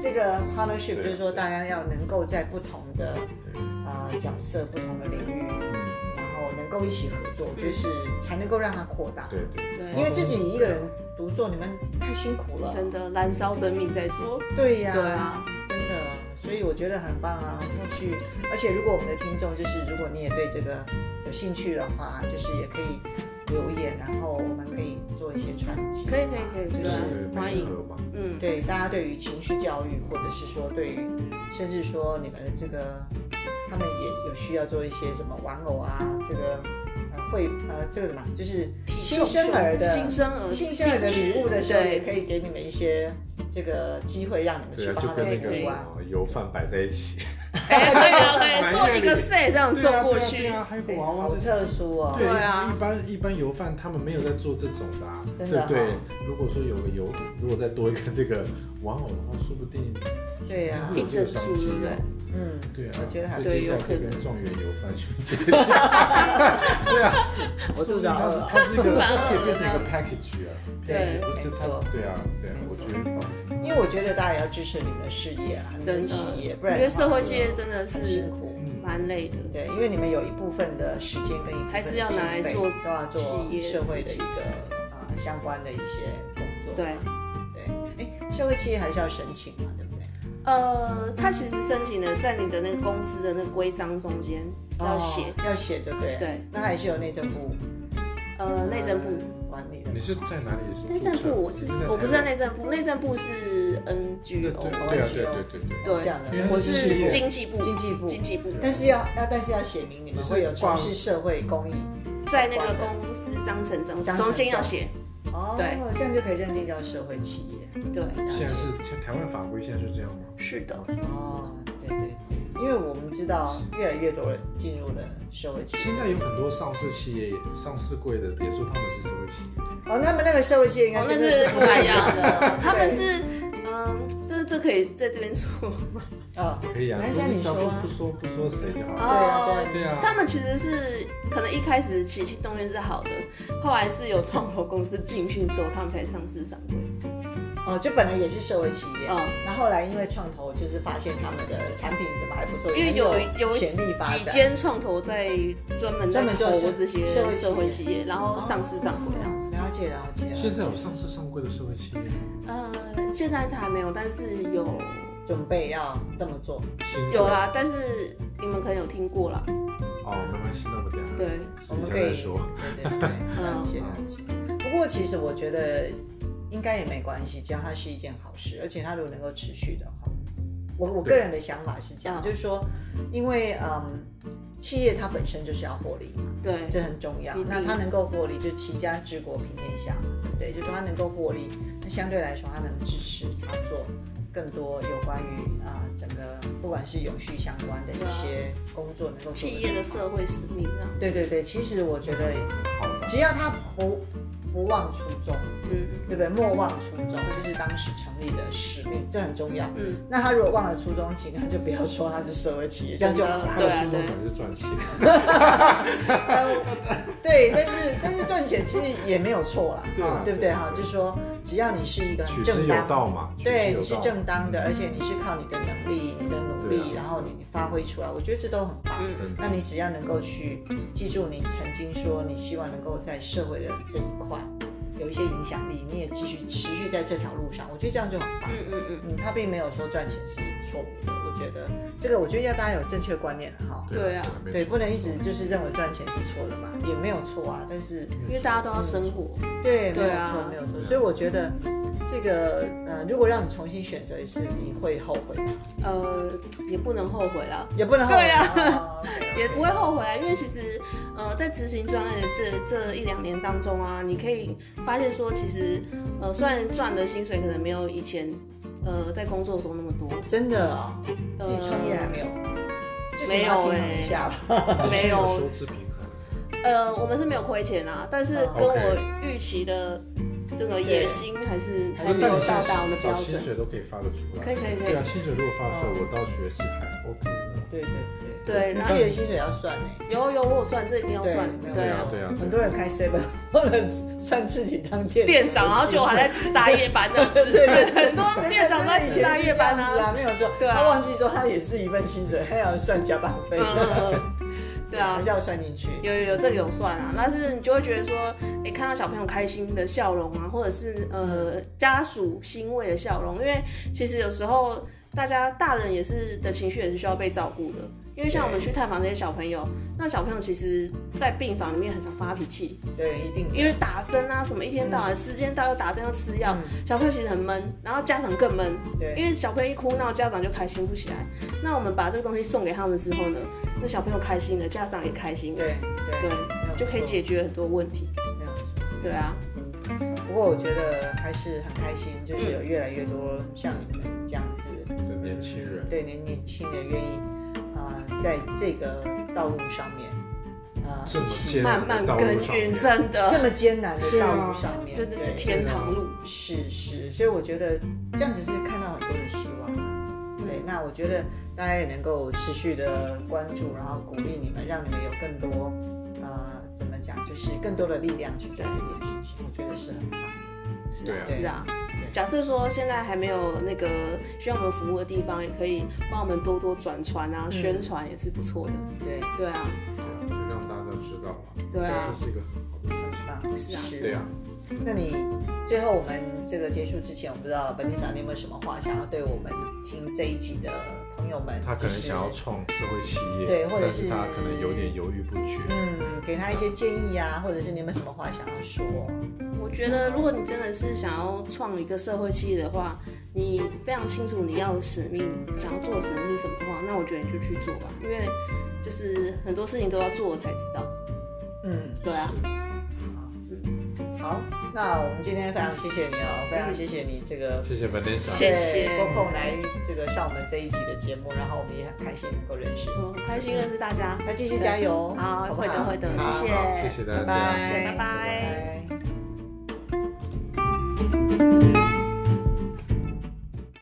Speaker 1: 这个 partnership，就是说大家要能够在不同的呃角色、不同的领域，
Speaker 4: 嗯
Speaker 1: 然后能够一起合作，
Speaker 3: 嗯
Speaker 1: 就是才能够让它扩大。
Speaker 4: 对对，
Speaker 1: 因
Speaker 3: 对，
Speaker 1: 为自己一个人独做，你们太辛苦了。
Speaker 3: 真的燃烧生命在做，
Speaker 1: 对呀、
Speaker 3: 对啊
Speaker 1: 真的，所以我觉得很棒啊，要去。而且如果我们的听众就是，如果你也对这个有兴趣的话，就是也可以留言，然后我们可以做一些串接。
Speaker 3: 可以可以可以，就
Speaker 4: 就是是
Speaker 3: 欢
Speaker 4: 媒
Speaker 3: 迎，
Speaker 4: 合嘛。
Speaker 3: 嗯，
Speaker 1: 对大家对于情绪教育，或者是说对于，甚至说你们的这个，他们也有需要做一些什么玩偶啊，这个呃会呃这个什么，就是
Speaker 3: 体
Speaker 1: 新生儿的
Speaker 3: 新生儿
Speaker 1: 新生呃儿的礼物的时候，
Speaker 3: 对
Speaker 1: 也可以给你们一些这个机会，让你们
Speaker 4: 对
Speaker 1: 去
Speaker 4: 啊，
Speaker 1: 帮
Speaker 4: 就
Speaker 1: 他
Speaker 4: 跟那
Speaker 1: 们
Speaker 4: 个什
Speaker 1: 涂啊。
Speaker 4: 么油饭摆在一起，
Speaker 3: 哎，可以啊，可以
Speaker 4: 满月
Speaker 3: 做一个
Speaker 4: 礼
Speaker 3: set 这样送过
Speaker 4: 对
Speaker 3: 去，
Speaker 4: 啊，还有个
Speaker 1: 哎
Speaker 4: 娃娃
Speaker 1: 好特殊哦。
Speaker 3: 对啊
Speaker 4: 一般一般油饭他们没有在做这种的、啊，
Speaker 1: 真的
Speaker 4: 对不对
Speaker 1: 哈。
Speaker 4: 如果说有个油，如果再多一个这个玩偶的话，说不定
Speaker 1: 对呀、
Speaker 4: 会有这个商
Speaker 3: 啊一整
Speaker 4: 机
Speaker 3: 株对不对
Speaker 4: 哦。
Speaker 1: 嗯，
Speaker 4: 对啊，
Speaker 1: 我觉得还
Speaker 4: 所以接下来
Speaker 3: 对有可能
Speaker 4: 可以跟状元油饭去接触。 对啊，
Speaker 1: 我肚子好饿啊
Speaker 4: 它是一个
Speaker 3: 突然饿了
Speaker 4: 可以变成一个 package 啊，
Speaker 3: 对
Speaker 4: 这
Speaker 1: 没错
Speaker 4: 它对啊对啊
Speaker 1: 没，
Speaker 4: 我
Speaker 1: 错
Speaker 4: 觉得倒
Speaker 1: 因为我觉得大家也要支持你们的事业啊，你们
Speaker 3: 真
Speaker 1: 的
Speaker 3: 的
Speaker 1: 企业，，不
Speaker 3: 我
Speaker 1: 然
Speaker 3: 觉
Speaker 1: 的
Speaker 3: 得
Speaker 1: 话
Speaker 3: 社会企业真的
Speaker 1: 很辛
Speaker 3: 是
Speaker 1: 苦。
Speaker 4: 嗯
Speaker 3: 蛮累的，
Speaker 1: 对，因为你们有一部分的时间跟一部分的
Speaker 3: 还是要拿来
Speaker 1: 经费
Speaker 3: 做
Speaker 1: 都要做
Speaker 3: 企业
Speaker 1: 社会的
Speaker 3: 自
Speaker 1: 一
Speaker 3: 己
Speaker 1: 个呃相关的一些工作。
Speaker 3: 对。
Speaker 1: 对，哎，社会企业还是要申请嘛，对不对？
Speaker 3: 呃，它其实申请的在你的那个公司的那个规章中间要写，
Speaker 1: 哦要写就对了。
Speaker 3: 对，
Speaker 1: 那它也是有内政部
Speaker 3: 呃，内政部。
Speaker 1: 管理的嘛。
Speaker 4: 你是在哪里？是
Speaker 3: 内政部我是
Speaker 4: 注册
Speaker 3: 我不是在
Speaker 4: 台
Speaker 3: 内政部，内政部是
Speaker 4: 湾
Speaker 3: NGO，
Speaker 4: 对对啊对对对对对。
Speaker 1: 这样的
Speaker 4: 因为它
Speaker 3: 我
Speaker 4: 是企
Speaker 3: 是
Speaker 4: 业
Speaker 3: 经济部，
Speaker 1: 经济部
Speaker 3: 经济部
Speaker 1: 但是要要但是要写明你们会有从事社会公益。
Speaker 3: 在那个公司章程中
Speaker 1: 章程
Speaker 3: 中间要写，
Speaker 1: 哦，
Speaker 3: 对
Speaker 1: 这样就可以认定叫社会企业。
Speaker 3: 对，
Speaker 4: 现在是台湾法规现在是这样吗？
Speaker 3: 是的，
Speaker 1: 哦，对对对，因为我们知道越来越多人进入了社会企业。
Speaker 4: 现在有很多上市企业、上市柜的，也说他们是社会企业。
Speaker 1: 哦，那么那个社会企业应该
Speaker 3: 哦，
Speaker 1: 就
Speaker 3: 那
Speaker 1: 是，
Speaker 3: 是不一样的 他们是，嗯，这这可以在这边说吗，
Speaker 1: 哦，
Speaker 4: 可以啊，
Speaker 1: 那像你说啊
Speaker 4: 不不说不说谁就好
Speaker 1: 对
Speaker 4: 了。
Speaker 1: 啊对啊
Speaker 4: 对啊，
Speaker 3: 他们其实是可能一开始起心动念是好的，后来是有创投公司进训之后，他们才上市上柜。
Speaker 1: 哦，就本来也是社会企业，
Speaker 3: 嗯
Speaker 1: 那后来因为创投就是发现他们的产品什么还不错，
Speaker 3: 因为
Speaker 1: 有
Speaker 3: 有有
Speaker 1: 潜力发
Speaker 3: 几
Speaker 1: 展，
Speaker 3: 间创投在专门在
Speaker 1: 专门就
Speaker 3: 投
Speaker 1: 是
Speaker 3: 这些
Speaker 1: 社会企业
Speaker 3: 社会企业，然后上市上柜这样
Speaker 1: 哦
Speaker 3: 子。
Speaker 1: 了解了解。了解
Speaker 4: 现在有上市上柜的社会企业，
Speaker 1: 哦
Speaker 3: 呃，现在是还没有，但是有
Speaker 1: 准备要这么做，
Speaker 4: 新的
Speaker 3: 有啊啦，但是你们可能有听过啦，
Speaker 4: 哦，没关系，那我等一下
Speaker 3: 对，
Speaker 4: 试
Speaker 1: 我
Speaker 4: 一
Speaker 1: 们
Speaker 4: 下
Speaker 1: 可
Speaker 4: 再
Speaker 1: 以
Speaker 4: 说。
Speaker 1: 对对对，了解
Speaker 3: 嗯
Speaker 1: 了解。不过其实我觉得应该也没关系，只要它是一件好事，而且它如果能够持续的话，我我个人的想法是这样，
Speaker 3: 嗯
Speaker 1: 就是说，因为嗯，企业它本身就是要获利嘛，
Speaker 3: 对，
Speaker 1: 这很重要
Speaker 3: 一。定
Speaker 1: 那它能够获利，就齐家治国平天下嘛，对不对？就是它能够获利，那相对来说，它能支持它做更多有关于啊、整个不管管是永续相关的一些
Speaker 3: 啊
Speaker 1: 工作能够做得
Speaker 3: 企业的社会使命啊这
Speaker 1: 对
Speaker 3: 样。
Speaker 1: 对对，其实我觉得只要他不不忘初衷，
Speaker 3: 嗯，
Speaker 1: 对不对？莫忘初衷，这是当时成立的使命，这很重要。
Speaker 3: 嗯，
Speaker 1: 那他如果忘了初衷，请他就不要说他是社会企业，这样就
Speaker 3: 真的
Speaker 1: 麻
Speaker 3: 对
Speaker 1: 了。
Speaker 3: 啊
Speaker 4: 初衷
Speaker 3: 对啊
Speaker 4: 本来是赚钱，
Speaker 1: 对，但是但是赚钱其实也没有错啦，
Speaker 4: 对啊
Speaker 1: 对不对
Speaker 4: 对
Speaker 1: 哈？就说只要你是一
Speaker 3: 啊
Speaker 1: 个很
Speaker 4: 取之
Speaker 1: 正
Speaker 4: 有
Speaker 1: 当，
Speaker 4: 道嘛，取之
Speaker 1: 对，
Speaker 4: 有
Speaker 1: 你是
Speaker 4: 道
Speaker 1: 正当的，而且你是靠你的能力、你的努力，
Speaker 4: 对啊
Speaker 1: 然后你你发挥出来，我觉得这都很棒。
Speaker 3: 嗯
Speaker 4: 真的
Speaker 1: 那你只要能够去记住你曾经说你希望能够在社会的这一块有一些影响力，你也继续持续在这条路上，我觉得这样就很棒。
Speaker 3: 嗯嗯嗯，
Speaker 1: 嗯，他并没有说赚钱是错误的，我觉得这个我觉得要大家有正确观念了哈。
Speaker 3: 对啊，
Speaker 4: 没
Speaker 1: 对，
Speaker 4: 错
Speaker 1: 不能一直就是认为赚钱是错的嘛，也没有错啊。但是，
Speaker 3: 因为大家都要生活。
Speaker 1: 对，没
Speaker 3: 对
Speaker 1: 有
Speaker 3: 啊
Speaker 1: 错，没有错。所以我觉得这个呃，如果让你重新选择一次，你会后悔吗？
Speaker 3: 呃，也不能后悔啦，
Speaker 1: 也不能后悔
Speaker 3: 对啊
Speaker 1: 哦 OK，OK
Speaker 3: 也不会后悔啦，啊因为其实呃，在执行专案的这这一两年当中啊，你可以发现说，其实呃，虽然赚的薪水可能没有以前呃在工作的时候那么多，
Speaker 1: 真的啊，自己创业还没有，就
Speaker 3: 没
Speaker 1: 起
Speaker 3: 有
Speaker 1: 码平衡一
Speaker 3: 欸
Speaker 1: 下吧。
Speaker 3: 没
Speaker 4: 有
Speaker 3: 有
Speaker 4: 收支平衡，
Speaker 3: 呃，我们是没有亏钱啦，但是
Speaker 1: 哦
Speaker 3: 跟我预期的这个野心还是
Speaker 1: 还
Speaker 3: 还
Speaker 1: 是
Speaker 3: 是没有
Speaker 1: 没有
Speaker 3: 到达我们的
Speaker 4: 找
Speaker 3: 标
Speaker 4: 薪
Speaker 3: 准。
Speaker 4: 水都可以发得出来，
Speaker 3: 可以可以哦可以
Speaker 4: 对啊，薪水如果发得出来，我倒觉得是还 OK 的。
Speaker 1: 对对对，
Speaker 3: 对，
Speaker 1: 你
Speaker 3: 然
Speaker 1: 自
Speaker 3: 后
Speaker 1: 己的薪水要算哎。
Speaker 3: 有有我有算，这一定要
Speaker 1: 对
Speaker 3: 算
Speaker 1: 没有，
Speaker 3: 对
Speaker 1: 错
Speaker 3: 啊。
Speaker 4: 对啊对啊
Speaker 1: 很多人开 seven 或者算自己当店
Speaker 3: 店长，然后就
Speaker 1: 就
Speaker 3: 还在吃大夜班这 样
Speaker 1: 对
Speaker 3: 子，
Speaker 1: 对 对，
Speaker 3: 很多店长都在
Speaker 1: 以
Speaker 3: 吃
Speaker 1: 前
Speaker 3: 大
Speaker 1: 是
Speaker 3: 夜班
Speaker 1: 这样子
Speaker 3: 啊，
Speaker 1: 啊，没有错，
Speaker 3: 对啊
Speaker 1: 他忘记说他也是一份薪水，他要算加班费，
Speaker 3: 嗯嗯嗯，对啊
Speaker 1: 还是，要算进去。
Speaker 3: 有有有，这个有算啊，但是你就会觉得说，哎、看到小朋友开心的笑容啊，或者是呃家属欣慰的笑容，因为其实有时候大家大人也是的情绪也是需要被照顾的，因为像我们去探访这些小朋友，那小朋友其实在病房里面很常发脾气，
Speaker 1: 对，一定的
Speaker 3: 因为打针啊什么，一天到晚、时间到要打针要吃药，小朋友其实很闷，然后家长更闷，
Speaker 1: 嗯对
Speaker 3: 因为小朋友一哭闹，家长就开心不起来。那我们把这个东西送给他们之后呢，那小朋友开心了，家长也开心了。
Speaker 1: 对对，
Speaker 3: 对，就可以解决很多问题。
Speaker 1: 没有错。
Speaker 3: 对啊，
Speaker 1: 不过我觉得还是很开心，就是有越来越多像你们这样子，
Speaker 4: 对年轻人，
Speaker 1: 对年年轻人愿意啊、呃在这个道路上面，啊、
Speaker 4: 这么艰
Speaker 3: 慢
Speaker 4: 难
Speaker 3: 慢
Speaker 4: 的道
Speaker 3: 耕
Speaker 4: 路上面
Speaker 3: �耘，真
Speaker 1: 这
Speaker 3: 的，啊
Speaker 1: 么艰难的道路上面，
Speaker 3: 真的是
Speaker 1: 对
Speaker 3: 天堂路。
Speaker 1: 是是，所以我觉得这样子是看到很多的希望嘛。对，那我觉得大家也能够持续的关注，然后鼓励你们，让你们有更多呃，怎么讲，就是更多的力量去做这件事情，我觉得是很棒。
Speaker 3: 是
Speaker 4: 对
Speaker 3: 啊，
Speaker 4: 啊
Speaker 3: 是啊。假设说现在还没有那个需要我们服务的地方，也可以帮我们多多转传啊，宣传也是不错的。
Speaker 1: 对，
Speaker 3: 对啊，
Speaker 4: 对啊就让大家知道了，
Speaker 3: 对啊，
Speaker 4: 这是一个很好的事情。
Speaker 1: 棒，
Speaker 3: 是啊
Speaker 4: 对啊，
Speaker 1: 那你最后我们这个结束之前，我不知道本尼莎你有没有什么话想要对我们听这一集的朋友们，
Speaker 4: 他可能
Speaker 1: 就是
Speaker 4: 想要创社会企业，
Speaker 1: 对或者
Speaker 4: 但
Speaker 1: 是
Speaker 4: 是他可能有点犹豫不决。
Speaker 1: 嗯，给他一些建议啊，或者是你有没有什么话想要说？
Speaker 3: 我觉得如果你真的是想要创一个社会企业的话，你非常清楚你要的使命，想要做的使命是什么的话，那我觉得你就去做吧，因为就是很多事情都要做了才知道。
Speaker 1: 嗯。
Speaker 3: 对啊，
Speaker 4: 嗯
Speaker 1: 好，那我们今天非常谢谢你哦，非常谢谢你这个
Speaker 4: 谢谢 Vanessa，
Speaker 3: 谢谢
Speaker 1: 拨空来这个上我们这一集的节目，然后我们也很开心能够认识你，
Speaker 3: 我很开心认识大家。
Speaker 1: 那继续加油，
Speaker 3: 好，
Speaker 1: 不
Speaker 3: 会的会的，
Speaker 1: 好
Speaker 3: 谢谢，
Speaker 4: 谢谢大
Speaker 1: 拜
Speaker 4: 家，
Speaker 1: 拜
Speaker 3: 谢谢拜拜
Speaker 1: 拜拜